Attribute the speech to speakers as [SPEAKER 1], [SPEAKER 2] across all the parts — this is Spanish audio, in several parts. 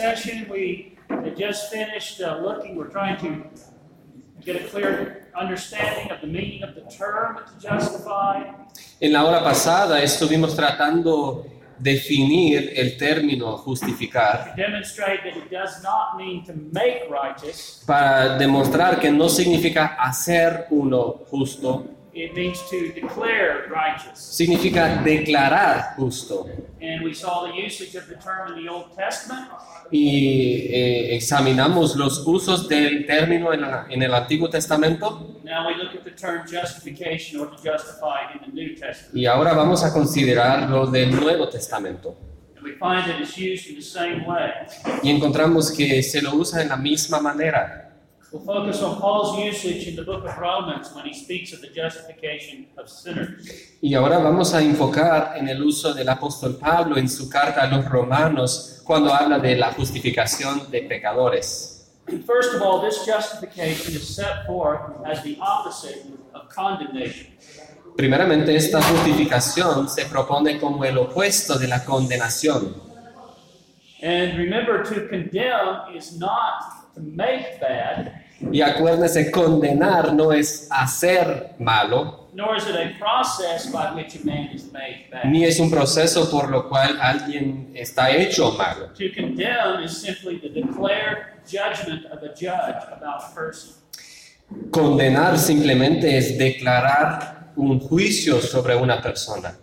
[SPEAKER 1] session. We had just finished uh, looking, we're trying to get a clear understanding of the meaning of the term to justify.
[SPEAKER 2] En la hora pasada estuvimos tratando definir el término justificar
[SPEAKER 1] To demonstrate that it does not mean to make righteous,
[SPEAKER 2] para demostrar que no significa hacer uno justo,
[SPEAKER 1] it means to declare righteous.
[SPEAKER 2] significa declarar justo.
[SPEAKER 1] And we saw the usage of the term in the Old Testament.
[SPEAKER 2] Y eh, examinamos los usos del término en, la- en el Antiguo Testamento
[SPEAKER 1] Now we look at the term justification or to justify in the New Testament.
[SPEAKER 2] y ahora vamos a considerar lo del Nuevo Testamento.
[SPEAKER 1] And we find that it's used in the same way.
[SPEAKER 2] Y encontramos que se lo usa en la misma manera.
[SPEAKER 1] We'll focus on Paul's usage in the book of Romans when he speaks of the justification of sinners.
[SPEAKER 2] Y ahora vamos a enfocar en el uso del apóstol Pablo en su carta a los romanos cuando habla de la justificación de pecadores.
[SPEAKER 1] First of all, this justification is set forth as the opposite of condemnation.
[SPEAKER 2] Primeramente, esta justificación se propone como el opuesto de la condenación.
[SPEAKER 1] And remember, to condemn is not to make bad,
[SPEAKER 2] Y acuérdense, condenar no es hacer malo,
[SPEAKER 1] nor is it a process by which a man is made bad.
[SPEAKER 2] ni es un proceso por lo cual alguien está hecho malo.
[SPEAKER 1] To condemn is simply the declared judgment of a judge about a person.
[SPEAKER 2] Condenar simplemente es declarar un juicio sobre una persona.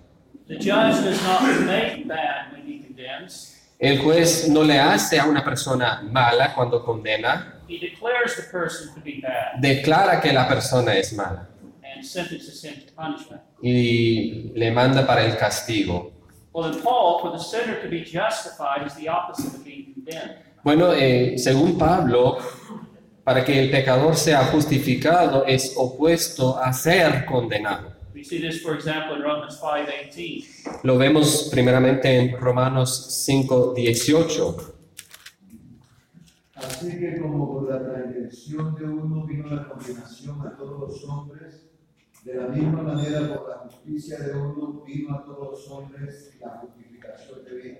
[SPEAKER 1] The judge does not make bad when he condemns.
[SPEAKER 2] El juez no le hace a una persona mala cuando condena,
[SPEAKER 1] He declares the person to be bad
[SPEAKER 2] declara que la persona es mala
[SPEAKER 1] and sentences him to punishment.
[SPEAKER 2] y le manda para el castigo.
[SPEAKER 1] Well, in Paul, for the sinner to be justified is the opposite of being condemned.
[SPEAKER 2] Bueno, eh, según Pablo, para que el pecador sea justificado es opuesto a ser condenado.
[SPEAKER 1] We see this, for example, in Romans 5:18.
[SPEAKER 2] Lo vemos primeramente en Romanos 5.18.
[SPEAKER 3] Así que como por la transgresión de uno vino la condenación a todos los hombres, de la misma manera por la justicia de uno vino a todos los hombres la justificación de vida.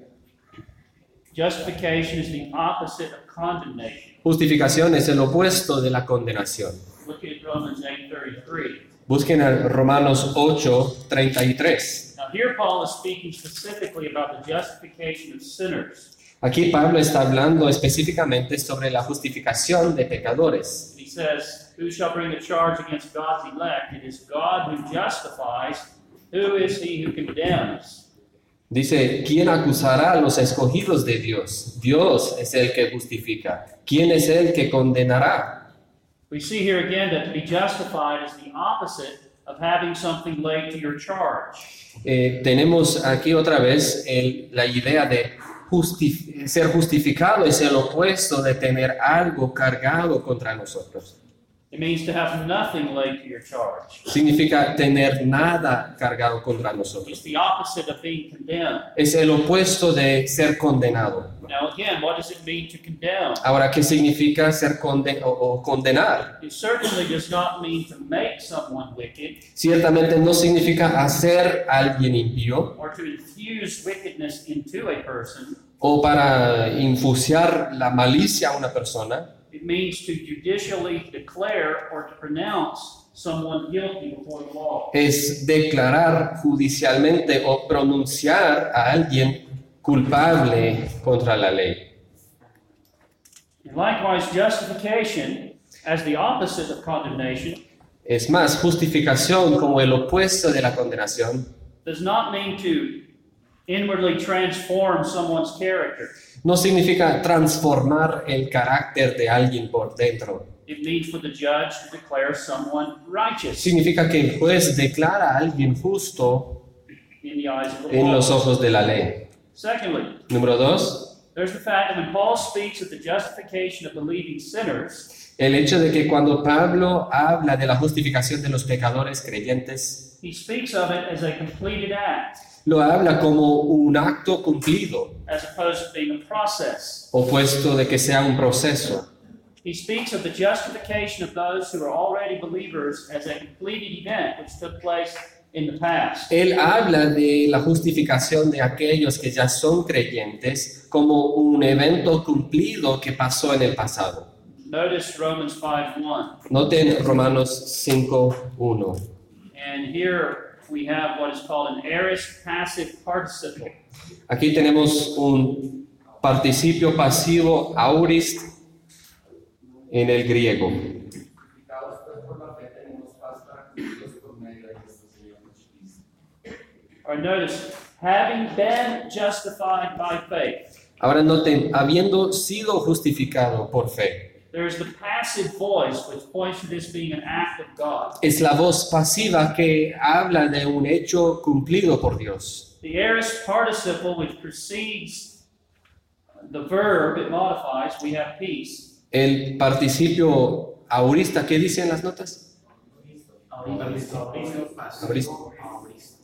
[SPEAKER 1] Justification is the opposite of condemnation.
[SPEAKER 2] Justificación es el opuesto de la condenación.
[SPEAKER 1] Look at Romans 8:33.
[SPEAKER 2] Busquen a Romanos 8.33.
[SPEAKER 1] Now, here Paul is speaking specifically about the justification of sinners.
[SPEAKER 2] Aquí Pablo está hablando específicamente sobre la justificación de pecadores.
[SPEAKER 1] And he says, "Who shall bring a charge against God's elect? It is God who justifies. Who is he who condemns?"
[SPEAKER 2] Dice, ¿quién acusará a los escogidos de Dios? Dios es el que justifica. ¿Quién es el que condenará?
[SPEAKER 1] We see here again that to be justified is the opposite of having something laid to your charge.
[SPEAKER 2] Eh, tenemos aquí otra vez el- la idea de justi- ser justificado es el opuesto de tener algo cargado contra nosotros.
[SPEAKER 1] It means to have nothing laid to your charge.
[SPEAKER 2] Significa tener nada cargado contra
[SPEAKER 1] It's
[SPEAKER 2] nosotros.
[SPEAKER 1] the opposite of being condemned.
[SPEAKER 2] Es el opuesto de ser condenado.
[SPEAKER 1] Now, again, what does it mean to condemn?
[SPEAKER 2] Ahora, ¿qué significa ser conde- o- o condenar?
[SPEAKER 1] It certainly does not mean to make someone wicked
[SPEAKER 2] ciertamente no significa hacer a alguien impío
[SPEAKER 1] or to infuse wickedness into a person.
[SPEAKER 2] o para infusiar la malicia a una persona,
[SPEAKER 1] It means to judicially declare or to pronounce someone guilty before the law.
[SPEAKER 2] es declarar judicialmente o pronunciar a alguien culpable contra la ley.
[SPEAKER 1] And likewise, justification, as the opposite of condemnation,
[SPEAKER 2] Es más, justificación como el opuesto de la condenación
[SPEAKER 1] does not mean to inwardly transform someone's character.
[SPEAKER 2] no significa transformar el carácter de alguien por dentro.
[SPEAKER 1] It means for the judge to declare someone righteous in
[SPEAKER 2] Significa que el juez declara a alguien justo
[SPEAKER 1] the eyes of the
[SPEAKER 2] en los
[SPEAKER 1] law.
[SPEAKER 2] ojos de la ley.
[SPEAKER 1] Secondly,
[SPEAKER 2] Número dos,
[SPEAKER 1] there's the fact that when Paul speaks of the justification of believing sinners,
[SPEAKER 2] El hecho de que cuando Pablo habla de la justificación de los pecadores creyentes,
[SPEAKER 1] he speaks of it as a completed act,
[SPEAKER 2] lo habla como un acto cumplido,
[SPEAKER 1] as opposed to being a process.
[SPEAKER 2] opuesto de que sea un proceso.
[SPEAKER 1] He speaks of the justification of those who are already believers as a completed event which took place in the past.
[SPEAKER 2] Él habla de la justificación de aquellos que ya son creyentes como un evento cumplido que pasó en el pasado.
[SPEAKER 1] Notice Romans 5:1.
[SPEAKER 2] Noten Romanos 5.1.
[SPEAKER 1] And here we have what is called an aorist passive participle.
[SPEAKER 2] Aquí tenemos un participio pasivo aurist en el griego.
[SPEAKER 4] justificados pues por la fe tenemos paz para con Dios por medio de nuestro Señor Jesucristo.
[SPEAKER 1] Or notice, having been justified by faith,
[SPEAKER 2] Ahora noten, habiendo sido justificado por fe,
[SPEAKER 1] there is the passive voice which points to this being an act of God.
[SPEAKER 2] es la voz pasiva que habla de un hecho cumplido por Dios.
[SPEAKER 1] The aorist participle which precedes the verb it modifies, we have peace.
[SPEAKER 2] El participio aurista, ¿qué dicen las notas? Aurista.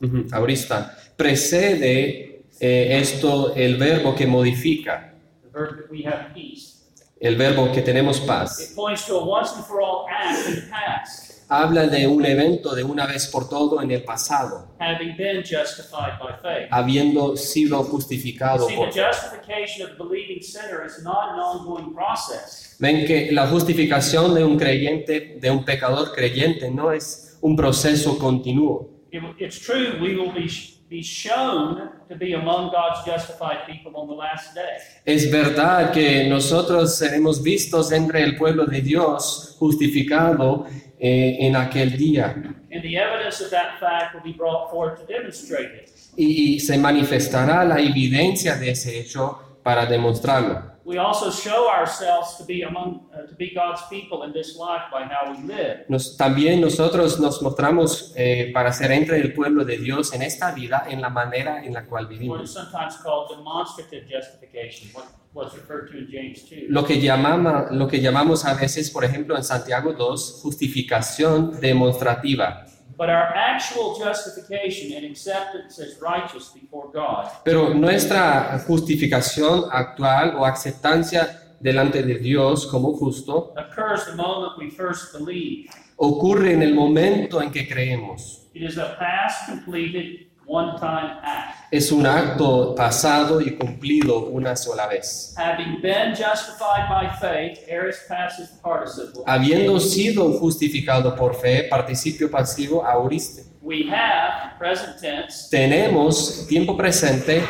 [SPEAKER 2] Ujú, aurista. Precede eh, esto el verbo que modifica,
[SPEAKER 1] The verb that we have peace.
[SPEAKER 2] el verbo que tenemos paz.
[SPEAKER 1] It points to a once and for all act in the past,
[SPEAKER 2] habla de un evento de una vez por todo en el pasado,
[SPEAKER 1] having been justified by faith.
[SPEAKER 2] habiendo sido
[SPEAKER 1] You
[SPEAKER 2] justificado
[SPEAKER 1] see,
[SPEAKER 2] por
[SPEAKER 1] the justification of the believing sinner is not an ongoing process.
[SPEAKER 2] Ven que la justificación de un creyente, de un pecador creyente, no es un proceso continuo.
[SPEAKER 1] It- It's true, we will be, be shown to be among God's justified people on the last day.
[SPEAKER 2] Es verdad que nosotros seremos vistos entre el pueblo de Dios justificado eh, en aquel día
[SPEAKER 1] And the evidence of that fact will be brought forward to demonstrate it.
[SPEAKER 2] y, y se manifestará la evidencia de ese hecho para demostrarlo.
[SPEAKER 1] We also show ourselves to be among, uh, to be God's people in this life by how we live.
[SPEAKER 2] Nos- también nosotros nos mostramos eh, para ser entre el pueblo de Dios en esta vida, en la manera en la cual
[SPEAKER 1] What is
[SPEAKER 2] vivimos.
[SPEAKER 1] sometimes called demonstrative justification, what, what's referred to in James 2.
[SPEAKER 2] Lo que, llamama- lo que llamamos a veces, por ejemplo, en Santiago 2, justificación demostrativa.
[SPEAKER 1] But our actual justification and acceptance as righteous before God
[SPEAKER 2] Pero nuestra justificación actual o aceptancia delante de Dios como justo
[SPEAKER 1] occurs the moment we first believe.
[SPEAKER 2] ocurre en el momento en que creemos.
[SPEAKER 1] It is a past completed one time act.
[SPEAKER 2] Es un acto pasado y cumplido una sola vez.
[SPEAKER 1] Having been justified by faith, aorist passive participle,
[SPEAKER 2] Habiendo sido justificado por fe, participio pasivo, auriste.
[SPEAKER 1] we have, present tense,
[SPEAKER 2] Tenemos tiempo presente,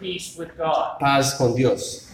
[SPEAKER 1] peace with God.
[SPEAKER 2] paz con Dios.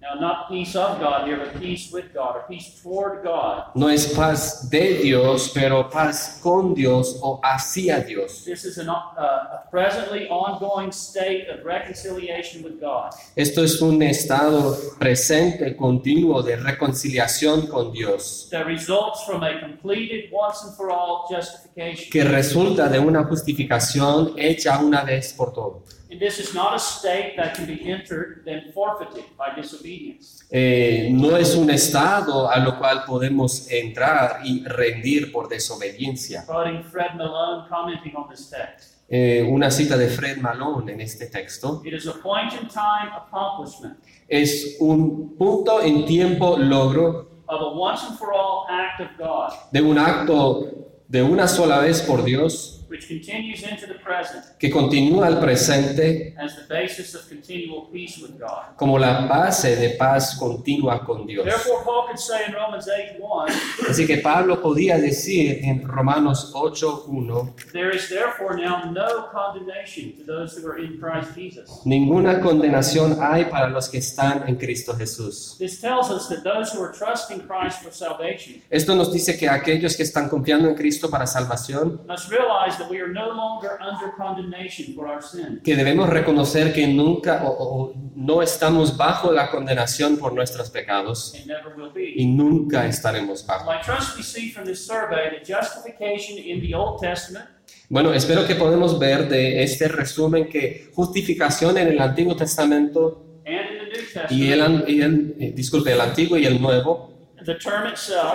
[SPEAKER 1] Now, not peace of God here, but peace with God, or peace toward God.
[SPEAKER 2] No es paz de Dios, pero paz con Dios o hacia Dios.
[SPEAKER 1] This is an, uh, a presently ongoing state of reconciliation with God.
[SPEAKER 2] Esto es un estado presente, continuo de reconciliación con Dios,
[SPEAKER 1] that results from a completed once and for all justification.
[SPEAKER 2] que resulta de una justificación hecha una vez por todo.
[SPEAKER 1] And this is not a state that can be entered then forfeited by disobedience.
[SPEAKER 2] Eh, no es un estado a lo cual podemos entrar y rendir por desobediencia.
[SPEAKER 1] Quoting Fred Malone commenting on this text,
[SPEAKER 2] Eh, una cita de Fred Malone en este texto.
[SPEAKER 1] it is a point in time accomplishment
[SPEAKER 2] Es un punto en tiempo logro
[SPEAKER 1] of a once and for all act of God,
[SPEAKER 2] de un acto de una sola vez por Dios
[SPEAKER 1] which continues into the present
[SPEAKER 2] que continúa al presente
[SPEAKER 1] as the basis of continual peace with God.
[SPEAKER 2] como la base de paz continua con Dios.
[SPEAKER 1] Therefore, Paul could say in Romans 8 1,
[SPEAKER 2] Así que Pablo podía decir en Romanos 8.1,
[SPEAKER 1] there is therefore now no condemnation to those who are in Christ Jesus.
[SPEAKER 2] ninguna condenación hay para los que están en Cristo Jesús.
[SPEAKER 1] This tells us that those who are trusting Christ for salvation
[SPEAKER 2] Esto nos dice que aquellos que están confiando en Cristo para salvación,
[SPEAKER 1] must realize that we are no longer under condemnation for our sin.
[SPEAKER 2] que debemos reconocer que nunca o- o- o no estamos bajo la condenación por nuestros pecados.
[SPEAKER 1] and never will be.
[SPEAKER 2] y nunca estaremos bajo.
[SPEAKER 1] Well, I trust we see from this survey that justification in the Old Testament
[SPEAKER 2] Bueno, espero que podemos ver de este resumen que justificación en el Antiguo Testamento
[SPEAKER 1] and in the New
[SPEAKER 2] y el,
[SPEAKER 1] Testament,
[SPEAKER 2] an- y el- eh, disculpe, el Antiguo y el Nuevo
[SPEAKER 1] the term itself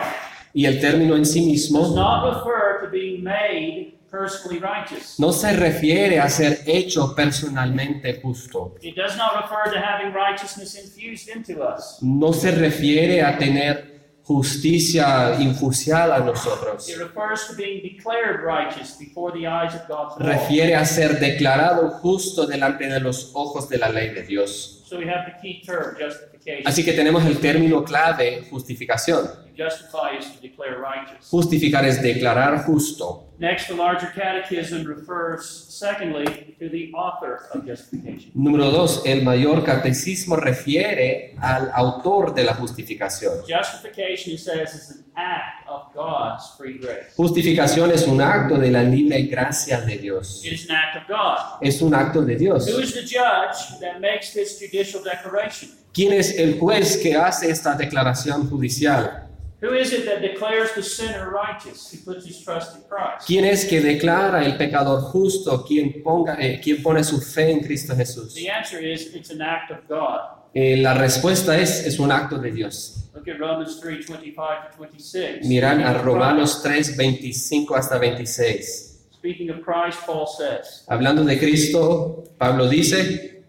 [SPEAKER 2] y el término en sí
[SPEAKER 1] does
[SPEAKER 2] mismo
[SPEAKER 1] not refer to being made personally righteous.
[SPEAKER 2] no se refiere a ser hecho personalmente justo.
[SPEAKER 1] It does not refer to having righteousness infused into us.
[SPEAKER 2] No se refiere a tener justicia infusiada a nosotros.
[SPEAKER 1] It refers to being declared righteous before the eyes of God's law.
[SPEAKER 2] Refiere a ser declarado justo delante de los ojos de la ley de Dios.
[SPEAKER 1] So we have the key term, justification.
[SPEAKER 2] Así que tenemos el término clave, justificación.
[SPEAKER 1] To justify is to declare righteous.
[SPEAKER 2] Justificar es declarar justo.
[SPEAKER 1] Next, the larger catechism refers, secondly, to the author of justification.
[SPEAKER 2] Número dos, el mayor catecismo refiere al autor de la justificación.
[SPEAKER 1] Justification, he says, is an act of God's free grace.
[SPEAKER 2] Justificación es un acto de la libre gracia de Dios.
[SPEAKER 1] It is an act of God.
[SPEAKER 2] Es un acto de Dios.
[SPEAKER 1] Who is the judge that makes this judicial declaration?
[SPEAKER 2] ¿Quién es el juez que hace esta declaración judicial?
[SPEAKER 1] Who is it that declares the sinner righteous? He puts his trust in Christ.
[SPEAKER 2] ¿Quién es que declara el pecador justo? ¿Quién, ponga, eh, quién pone su fe en Cristo Jesús?
[SPEAKER 1] The answer is it's an act of God.
[SPEAKER 2] Eh, la respuesta es, es un acto de Dios.
[SPEAKER 1] Look at Romans 3 25 to 26.
[SPEAKER 2] Miran a Romanos 3, 25 hasta 26.
[SPEAKER 1] Speaking of Christ, Paul says,
[SPEAKER 2] Hablando de Cristo, Pablo dice,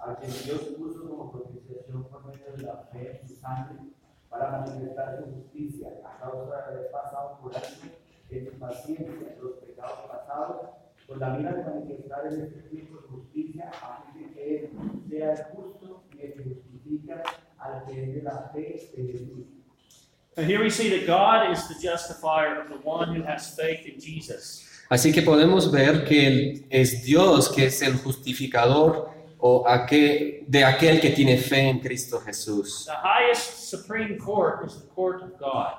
[SPEAKER 5] a quien Dios puso como propiciación por medio de la fe en su sangre para manifestar su justicia a causa de haber pasado por alto en su paciencia los pecados pasados con la mira de manifestar en este tiempo su justicia a fin de que él sea el justo y el que justifica al que es de la fe de Jesús.
[SPEAKER 1] so here we see that God is the justifier of the one who has faith in Jesus.
[SPEAKER 2] así que podemos ver que él es Dios que es el justificador o aquel- de aquel que tiene fe en Cristo Jesús.
[SPEAKER 1] The highest supreme court is the court of God.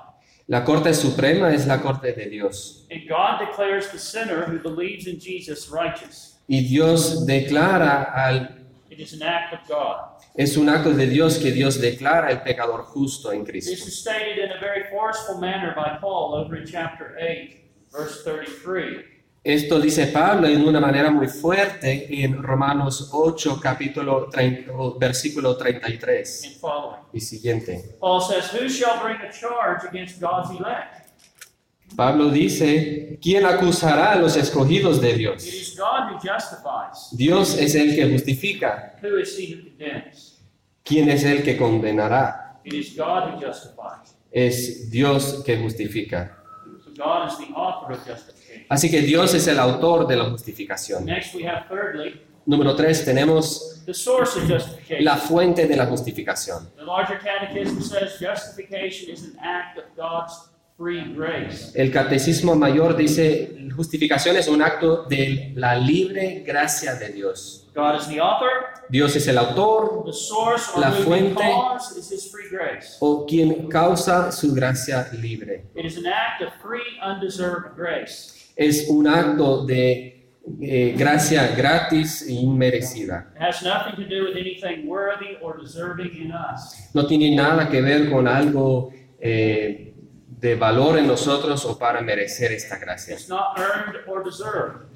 [SPEAKER 2] La Corte Suprema es la Corte de Dios
[SPEAKER 1] And God declares the sinner who believes in Jesus righteous.
[SPEAKER 2] y Dios declara al...
[SPEAKER 1] It is an act of God.
[SPEAKER 2] Es un acto de Dios que Dios declara el pecador justo en
[SPEAKER 1] This
[SPEAKER 2] Cristo.
[SPEAKER 1] is stated in a very forceful manner by Paul over in chapter 8, verse 33.
[SPEAKER 2] Esto dice Pablo en una manera muy fuerte en Romanos 8, capítulo 30, o versículo 33.
[SPEAKER 1] and following.
[SPEAKER 2] y siguiente.
[SPEAKER 1] Paul says, Who shall bring a charge against God's elect?
[SPEAKER 2] Pablo dice, ¿quién acusará a los escogidos de
[SPEAKER 1] It
[SPEAKER 2] Dios?
[SPEAKER 1] is God who justifies.
[SPEAKER 2] Dios es el que justifica.
[SPEAKER 1] Who is he who condemns?
[SPEAKER 2] ¿Quién es el que condenará?
[SPEAKER 1] It is God who justifies.
[SPEAKER 2] Es Dios que justifica.
[SPEAKER 1] So God is the author of justification.
[SPEAKER 2] Así que Dios es el autor de la justificación.
[SPEAKER 1] Next, we have thirdly,
[SPEAKER 2] Número tres, tenemos
[SPEAKER 1] the source of
[SPEAKER 2] la
[SPEAKER 1] justification.
[SPEAKER 2] fuente de la justificación.
[SPEAKER 1] The larger catechism says justification is an act of God's free grace.
[SPEAKER 2] El Catecismo Mayor dice, justificación es un acto de la libre gracia de Dios.
[SPEAKER 1] God is the author,
[SPEAKER 2] Dios es el autor
[SPEAKER 1] the source or
[SPEAKER 2] La
[SPEAKER 1] moving
[SPEAKER 2] fuente.
[SPEAKER 1] cause is his free grace.
[SPEAKER 2] o quien causa su gracia libre.
[SPEAKER 1] It is an act of free, undeserved grace.
[SPEAKER 2] es un acto de eh, gracia gratis e inmerecida.
[SPEAKER 1] It has nothing to do with anything worthy or deserving in us.
[SPEAKER 2] No tiene nada que ver con algo eh, de valor en nosotros o para merecer esta gracia.
[SPEAKER 1] It's not earned or deserved.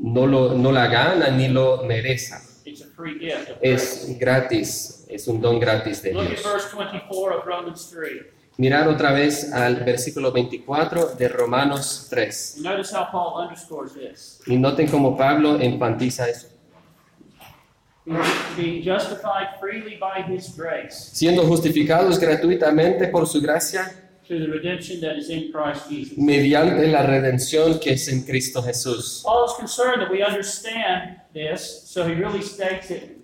[SPEAKER 2] No, lo, no la gana ni lo merece.
[SPEAKER 1] It's a free gift of grace.
[SPEAKER 2] Es gratis, es un don gratis de
[SPEAKER 1] Look at
[SPEAKER 2] Dios.
[SPEAKER 1] verse 24 of Romans 3.
[SPEAKER 2] Mirar otra vez al versículo 24 de Romanos 3.
[SPEAKER 1] And notice how Paul underscores this.
[SPEAKER 2] Y noten cómo Pablo enfatiza eso.
[SPEAKER 1] Being justified freely by his grace
[SPEAKER 2] Siendo justificados gratuitamente por su gracia,
[SPEAKER 1] through the redemption that is in Christ Jesus.
[SPEAKER 2] mediante la redención que es en Cristo Jesús.
[SPEAKER 1] Paul is concerned that we understand this, so he really states it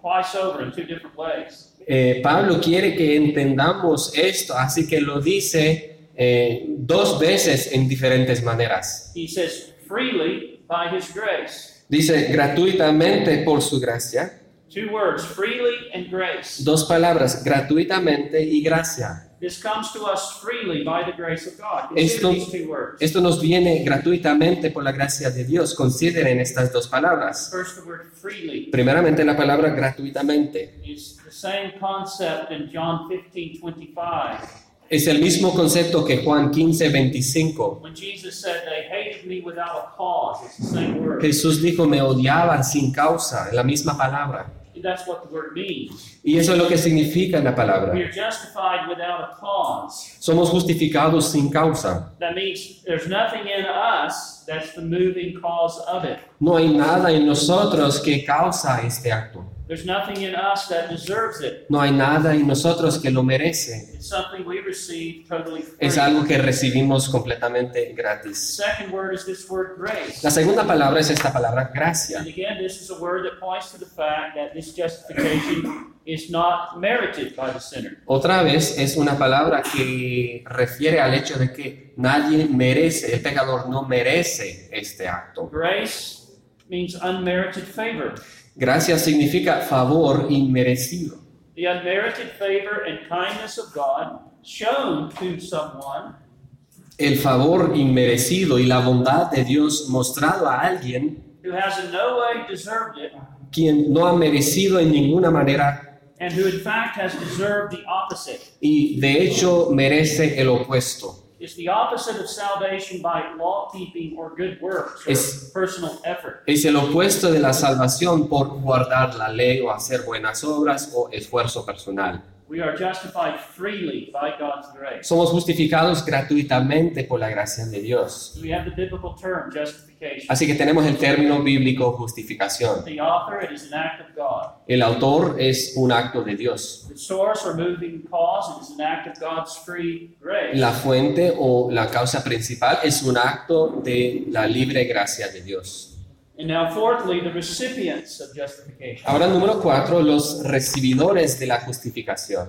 [SPEAKER 1] twice over in two different ways.
[SPEAKER 2] Eh, Pablo quiere que entendamos esto, así que lo dice eh, dos veces en diferentes maneras.
[SPEAKER 1] He says, freely by his grace.
[SPEAKER 2] Dice gratuitamente por su gracia.
[SPEAKER 1] Two words, freely and grace.
[SPEAKER 2] Dos palabras, gratuitamente y gracia.
[SPEAKER 1] This comes to us freely by the grace of God.
[SPEAKER 2] Esto-
[SPEAKER 1] Consider these two words.
[SPEAKER 2] Esto nos viene gratuitamente por la gracia de Dios. Consideren estas dos palabras.
[SPEAKER 1] First, the word freely
[SPEAKER 2] Primeramente la palabra gratuitamente.
[SPEAKER 1] is the same concept in John 15 25,
[SPEAKER 2] Es el mismo concepto que Juan 15, 25.
[SPEAKER 1] when Jesus said, They hated me without a cause. It's the same word.
[SPEAKER 2] Jesús dijo, me odiaban sin causa, la misma palabra.
[SPEAKER 1] And that's what the word means.
[SPEAKER 2] Y eso es lo que significa la
[SPEAKER 1] We
[SPEAKER 2] palabra.
[SPEAKER 1] are justified without a cause.
[SPEAKER 2] Somos justificados sin causa.
[SPEAKER 1] That means there's nothing in us that's the moving cause of it.
[SPEAKER 2] No hay nada en nosotros que causa este acto.
[SPEAKER 1] There's nothing in us that deserves it.
[SPEAKER 2] No hay nada en nosotros que lo merece.
[SPEAKER 1] It's something we receive totally free.
[SPEAKER 2] Es algo que recibimos completamente gratis.
[SPEAKER 1] Second word is this word grace.
[SPEAKER 2] La segunda palabra es esta palabra
[SPEAKER 1] And
[SPEAKER 2] gracia.
[SPEAKER 1] again, this is a word that points to the fact that this justification is not merited by the sinner.
[SPEAKER 2] Otra vez es una palabra que refiere al hecho de que nadie merece, el pecador no merece este acto.
[SPEAKER 1] Grace means unmerited favor.
[SPEAKER 2] Gracia significa favor inmerecido.
[SPEAKER 1] The unmerited favor and kindness of God shown to someone
[SPEAKER 2] El favor inmerecido y la bondad de Dios mostrado a alguien
[SPEAKER 1] who has in no way deserved it
[SPEAKER 2] quien no ha merecido en ninguna manera
[SPEAKER 1] and who in fact has deserved the opposite.
[SPEAKER 2] y de hecho merece el opuesto.
[SPEAKER 1] It's the opposite of salvation by law keeping or good works or
[SPEAKER 2] Es-
[SPEAKER 1] personal effort.
[SPEAKER 2] Es el opuesto de la salvación por guardar la ley o hacer buenas obras o esfuerzo personal.
[SPEAKER 1] We are justified freely by God's grace.
[SPEAKER 2] Somos justificados gratuitamente por la gracia de Dios.
[SPEAKER 1] We have the biblical term justification.
[SPEAKER 2] Así que tenemos el término bíblico justificación.
[SPEAKER 1] The author, it is an act of God.
[SPEAKER 2] El autor es un acto de Dios.
[SPEAKER 1] The source or moving cause, it is an act of God's free grace.
[SPEAKER 2] La fuente o la causa principal es un acto de la libre gracia de Dios.
[SPEAKER 1] And now, fourthly, the recipients of justification.
[SPEAKER 2] Ahora número cuatro, los recibidores de la justificación.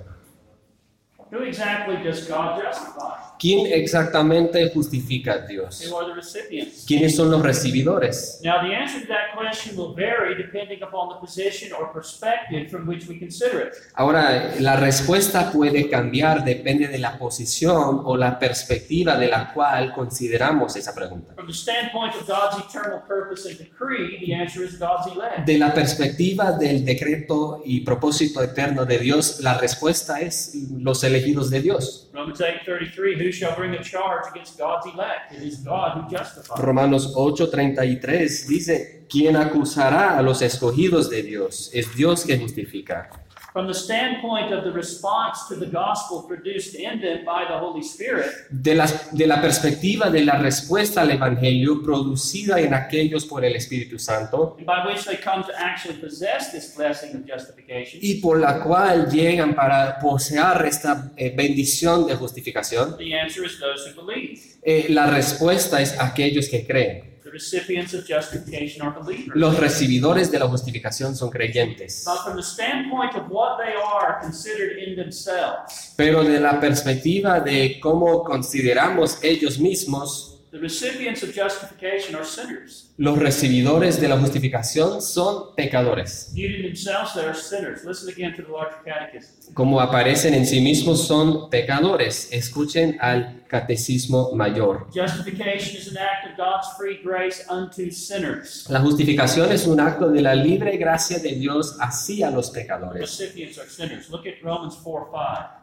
[SPEAKER 1] Who exactly does God justify?
[SPEAKER 2] ¿Quién exactamente justifica a Dios?
[SPEAKER 1] Who are the recipients?
[SPEAKER 2] ¿Quiénes son los recibidores?
[SPEAKER 1] Now, the answer to that question will vary depending upon the position or perspective from which we consider it.
[SPEAKER 2] Ahora, la respuesta puede cambiar, depende de la posición o la perspectiva de la cual consideramos esa pregunta.
[SPEAKER 1] From the standpoint of God's eternal purpose and decree, the answer is God's elect.
[SPEAKER 2] De la perspectiva del decreto y propósito eterno de Dios, la respuesta es los elegidos de Dios.
[SPEAKER 1] Romans 8:33, who shall bring a charge against God's elect? It is God who justifies.
[SPEAKER 2] Romanos 8:33 dice, ¿quién acusará a los escogidos de Dios? Es Dios que justifica.
[SPEAKER 1] From the standpoint of the response to the gospel produced in them by the Holy Spirit,
[SPEAKER 2] de la, de la perspectiva de la respuesta al Evangelio producida en aquellos por el Espíritu Santo
[SPEAKER 1] and by which they come to actually possess this blessing of justification,
[SPEAKER 2] y por la cual llegan para poseer esta eh, bendición de justificación,
[SPEAKER 1] the answer is those who believe.
[SPEAKER 2] eh, la respuesta es aquellos que creen.
[SPEAKER 1] The recipients of justification are believers.
[SPEAKER 2] Los recibidores de la justificación son creyentes,
[SPEAKER 1] But from the standpoint of what they are considered in themselves,
[SPEAKER 2] pero de la perspectiva de cómo consideramos ellos mismos,
[SPEAKER 1] the recipients of justification are sinners.
[SPEAKER 2] los recibidores de la justificación son pecadores.
[SPEAKER 1] Viewed in themselves, they are sinners. Listen again to the larger catechism.
[SPEAKER 2] como aparecen en sí mismos son pecadores. Escuchen al catecismo mayor.
[SPEAKER 1] Justification is an act of God's free grace unto sinners.
[SPEAKER 2] La justificación es un acto de la libre gracia de Dios hacia los pecadores.
[SPEAKER 1] Recipients are sinners. Look at Romans 4 5.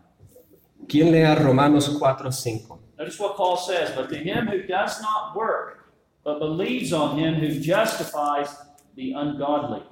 [SPEAKER 2] ¿Quién lea Romanos 4, 5?
[SPEAKER 1] Notice what Paul says, but to him who does not work, but believes on him who justifies the ungodly,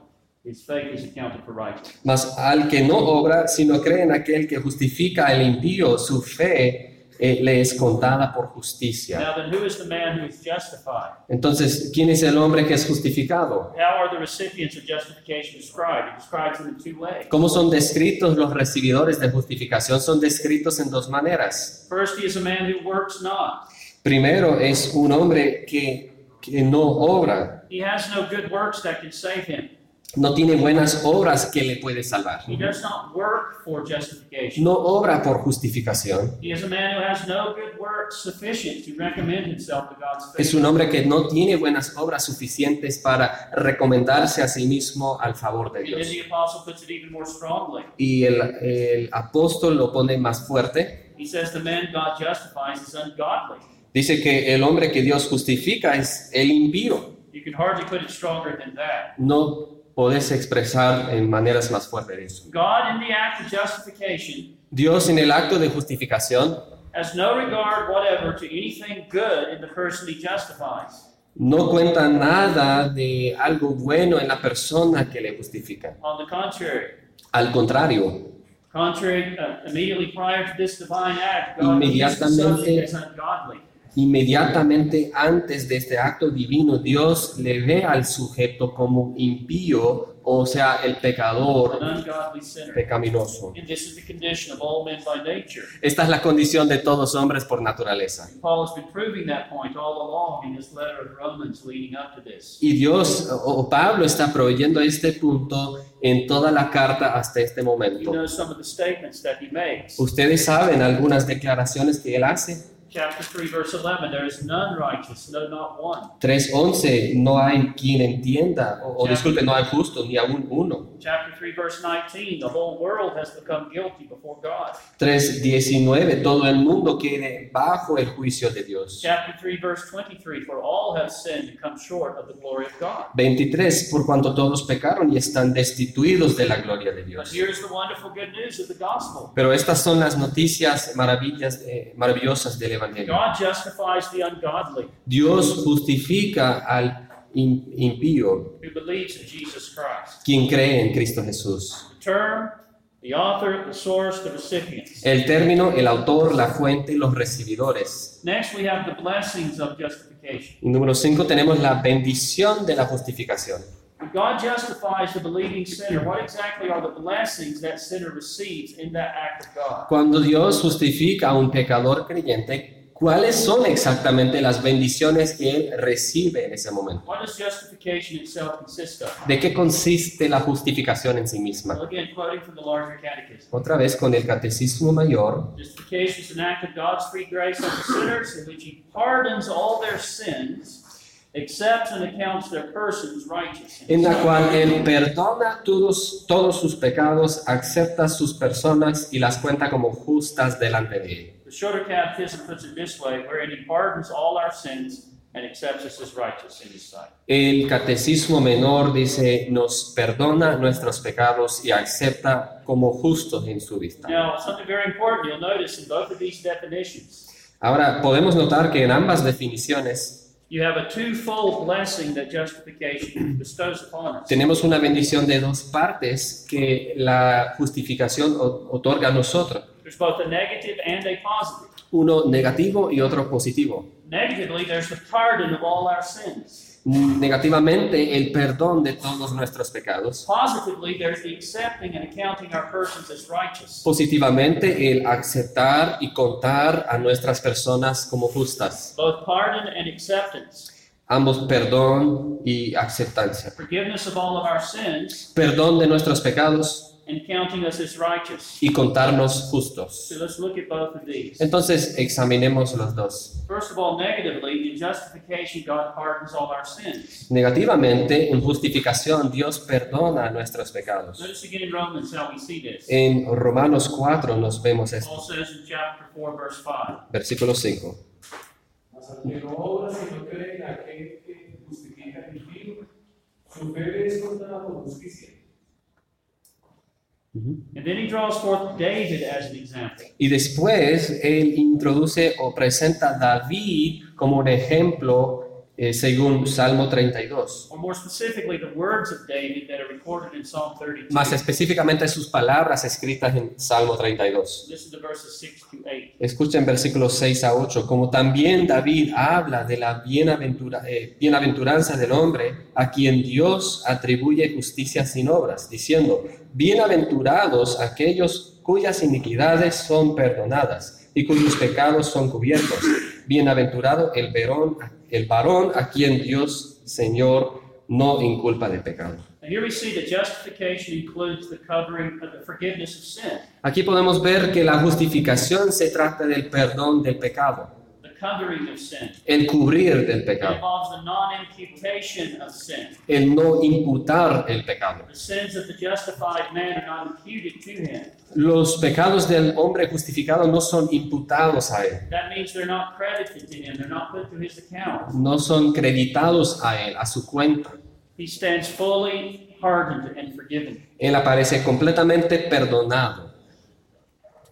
[SPEAKER 1] his faith is accounted for righteousness.
[SPEAKER 2] Mas al que no obra, sino cree en aquel que justifica al impío, su fe eh, le es contada por justicia.
[SPEAKER 1] Now then, who is the man who is justified?
[SPEAKER 2] Entonces, ¿quién es el hombre que es justificado?
[SPEAKER 1] How are the recipients of justification described? It describes them in two ways.
[SPEAKER 2] ¿Cómo son descritos los recibidores de justificación? Son descritos en dos maneras.
[SPEAKER 1] First, he is a man who works not.
[SPEAKER 2] Primero es un hombre que, que no obra,
[SPEAKER 1] He has no good works that can save him.
[SPEAKER 2] no tiene buenas obras que le puede salvar.
[SPEAKER 1] He does not work for justification.
[SPEAKER 2] No obra por justificación.
[SPEAKER 1] He is a man who has no good works sufficient to recommend himself to God's
[SPEAKER 2] Es
[SPEAKER 1] favor.
[SPEAKER 2] un hombre que no tiene buenas obras suficientes para recomendarse a sí mismo al favor de
[SPEAKER 1] And then
[SPEAKER 2] Dios.
[SPEAKER 1] the apostle puts it even more strongly.
[SPEAKER 2] Y el, el apóstol lo pone más fuerte.
[SPEAKER 1] He says the man God justifies is ungodly.
[SPEAKER 2] Dice que el hombre que Dios justifica es el impío.
[SPEAKER 1] You can hardly put it stronger than that.
[SPEAKER 2] No podés expresar en maneras más fuertes eso.
[SPEAKER 1] God, in the act of justification,
[SPEAKER 2] Dios en el acto de justificación
[SPEAKER 1] has no regard whatever to anything good in the person he justifies.
[SPEAKER 2] no cuenta nada de algo bueno en la persona que le justifica.
[SPEAKER 1] On the contrary,
[SPEAKER 2] Al contrario,
[SPEAKER 1] contrary, uh, immediately prior to this divine act, God sees the
[SPEAKER 2] Inmediatamente-
[SPEAKER 1] subject as ungodly.
[SPEAKER 2] Inmediatamente antes de este acto divino, Dios le ve al sujeto como impío, o sea, el
[SPEAKER 1] an
[SPEAKER 2] pecador
[SPEAKER 1] ungodly sinner.
[SPEAKER 2] pecaminoso.
[SPEAKER 1] And this is the condition of all men by nature.
[SPEAKER 2] Esta es la condición de todos hombres por naturaleza.
[SPEAKER 1] Paul has been proving that point all along in his letter of Romans leading up to this.
[SPEAKER 2] Y Dios o- o Pablo está proveyendo este punto en toda la carta hasta este
[SPEAKER 1] You
[SPEAKER 2] momento.
[SPEAKER 1] know some of the statements that he makes.
[SPEAKER 2] Ustedes saben algunas declaraciones que él hace.
[SPEAKER 1] Chapter 3, verse 11 There is none righteous, no, not one.
[SPEAKER 2] 3.11, no hay quien entienda, o, o disculpe, no hay justo, ni aún uno.
[SPEAKER 1] Chapter 3, verse 19 The whole world has become guilty before God.
[SPEAKER 2] 3.19, todo el mundo quiere bajo el juicio de Dios.
[SPEAKER 1] Chapter 3, verse 23 For all have sinned and come short of the glory of God.
[SPEAKER 2] 23, por cuanto todos pecaron y están destituidos de la gloria de
[SPEAKER 1] But
[SPEAKER 2] Dios.
[SPEAKER 1] here's the wonderful good news of the gospel
[SPEAKER 2] Pero estas son las noticias maravillas, eh, maravillosas del Evangelio.
[SPEAKER 1] God justifies the ungodly
[SPEAKER 2] Dios justifica al im- impío,
[SPEAKER 1] who believes in Jesus Christ.
[SPEAKER 2] quien cree en Cristo Jesús.
[SPEAKER 1] The term, the author, the source, the recipients.
[SPEAKER 2] El término, el autor, la fuente, los recibidores.
[SPEAKER 1] Next, we have the blessings of justification.
[SPEAKER 2] Y número 5 tenemos la bendición de la justificación.
[SPEAKER 1] When God justifies the believing sinner, what exactly are the blessings that sinner receives in that act of God?
[SPEAKER 2] Cuando Dios justifica a un pecador creyente, ¿cuáles son exactamente las bendiciones que él recibe en ese momento?
[SPEAKER 1] What does justification itself consist of?
[SPEAKER 2] ¿De qué consiste la justificación en sí misma?
[SPEAKER 1] Well, again, quoting from the larger catechism.
[SPEAKER 2] Otra vez con el Catecismo Mayor,
[SPEAKER 1] Justification is an act of God's free grace unto sinners in which he pardons all their sins, accepts and accounts their persons righteous.
[SPEAKER 2] en la cual Él perdona todos, todos sus pecados, acepta sus personas y las cuenta como justas delante de Él.
[SPEAKER 1] The shorter catechism puts it this way, wherein he pardons all our sins and accepts us as righteous in his sight.
[SPEAKER 2] El Catecismo Menor dice, nos perdona nuestros pecados y acepta como justos en su vista.
[SPEAKER 1] Now, something very important you'll notice in both of these definitions,
[SPEAKER 2] Ahora, podemos notar que en ambas definiciones
[SPEAKER 1] you have a twofold blessing that justification bestows upon us.
[SPEAKER 2] tenemos una bendición de dos partes que la justificación o- otorga a nosotros,
[SPEAKER 1] There's both a negative and a positive.
[SPEAKER 2] uno negativo y otro positivo.
[SPEAKER 1] Negatively, there's the pardon of all our sins.
[SPEAKER 2] Negativamente, el perdón de todos nuestros pecados.
[SPEAKER 1] Positively, there's the accepting and accounting our persons as righteous.
[SPEAKER 2] Positivamente, el aceptar y contar a nuestras personas como justas.
[SPEAKER 1] Both pardon and acceptance.
[SPEAKER 2] Ambos perdón y aceptancia.
[SPEAKER 1] Forgiveness of all of our sins
[SPEAKER 2] perdón de nuestros pecados
[SPEAKER 1] and counting us as righteous.
[SPEAKER 2] y contarnos
[SPEAKER 1] So
[SPEAKER 2] justos.
[SPEAKER 1] let's look at both of these.
[SPEAKER 2] Entonces, examinemos los dos.
[SPEAKER 1] First of all, negatively, in justification, God pardons all our sins.
[SPEAKER 2] Negativamente, en justificación, Dios perdona nuestros pecados.
[SPEAKER 1] Notice again in Romans how we see this.
[SPEAKER 2] En Romanos 4 nos vemos esto,
[SPEAKER 1] Paul says in chapter 4, verse 5.
[SPEAKER 2] versículo 5.
[SPEAKER 6] Mas ante no obras y no cree en aquel que justifica al impío, su fe es contada por justicia.
[SPEAKER 1] And then he draws forth David as an example.
[SPEAKER 2] Y después, él introduce o presenta a David como un ejemplo eh, según Salmo 32.
[SPEAKER 1] Or more specifically, the words of David that are recorded in Psalm 32.
[SPEAKER 2] Más específicamente sus palabras escritas en Salmo 32.
[SPEAKER 1] Listen to verses 6 to 8.
[SPEAKER 2] Escuchen versículos 6 a 8, como también David habla de la bienaventura- eh, bienaventuranza del hombre a quien Dios atribuye justicia sin obras, diciendo, bienaventurados aquellos cuyas iniquidades son perdonadas y cuyos pecados son cubiertos. Bienaventurado el, verón, el varón a quien Dios, Señor, no inculpa de pecado.
[SPEAKER 1] And here we see that justification includes the covering of the forgiveness of sin,
[SPEAKER 2] Aquí podemos ver que la justificación se trata del perdón del pecado,
[SPEAKER 1] the covering of sin.
[SPEAKER 2] el cubrir del
[SPEAKER 1] It
[SPEAKER 2] pecado.
[SPEAKER 1] involves the non imputation of sin.
[SPEAKER 2] el no imputar el pecado.
[SPEAKER 1] The sins of the justified man are not imputed to him.
[SPEAKER 2] Los pecados del hombre justificado no son imputados a él,
[SPEAKER 1] That means they're not credited to him, they're not put to his account.
[SPEAKER 2] no son creditados a él, a su cuenta.
[SPEAKER 1] He stands fully pardoned and forgiven.
[SPEAKER 2] Él aparece completamente perdonado.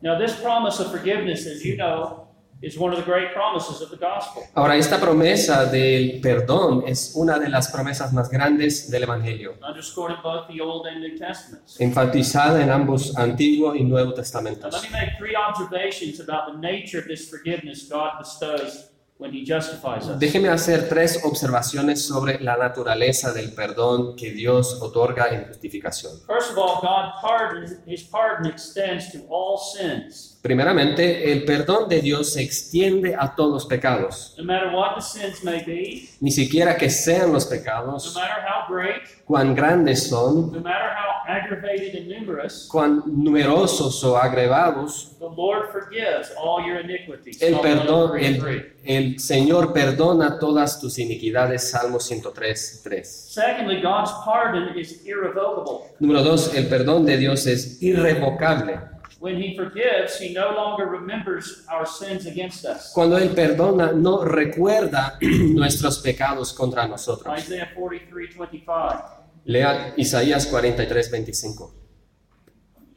[SPEAKER 1] Now, this promise of forgiveness, as you know, is one of the great promises of the gospel.
[SPEAKER 2] Ahora, esta promesa del perdón es una de las promesas más grandes del Evangelio,
[SPEAKER 1] underscored in both the Old and New Testaments.
[SPEAKER 2] enfatizada en ambos Antiguo y Nuevo
[SPEAKER 1] Now,
[SPEAKER 2] Testamentos.
[SPEAKER 1] let me make three observations about the nature of this forgiveness God bestows when he justifies us.
[SPEAKER 2] Déjeme hacer tres observaciones sobre la naturaleza del perdón que Dios otorga en justificación.
[SPEAKER 1] First of all, God pardon, his pardon extends to all sins.
[SPEAKER 2] Primeramente, el perdón de Dios se extiende a todos los pecados,
[SPEAKER 1] No matter what the sins may be,
[SPEAKER 2] ni siquiera que sean los
[SPEAKER 1] no
[SPEAKER 2] pecados,
[SPEAKER 1] matter how great,
[SPEAKER 2] cuán grandes son,
[SPEAKER 1] no matter how aggravated and numerous,
[SPEAKER 2] cuán numerosos o agravados,
[SPEAKER 1] the Lord forgives all your iniquities.
[SPEAKER 2] el
[SPEAKER 1] Psalm oh
[SPEAKER 2] perdón,
[SPEAKER 1] 133.
[SPEAKER 2] el, el Señor perdona todas tus iniquidades, Salmo 103, 3.
[SPEAKER 1] Secondly, God's pardon is irrevocable.
[SPEAKER 2] Número dos, el perdón de Dios es irrevocable.
[SPEAKER 1] When he forgives, he no longer remembers our sins against us.
[SPEAKER 2] Cuando Él perdona, no recuerda nuestros pecados contra nosotros.
[SPEAKER 1] Isaiah 43 25.
[SPEAKER 2] Lea Isaías 43, 25.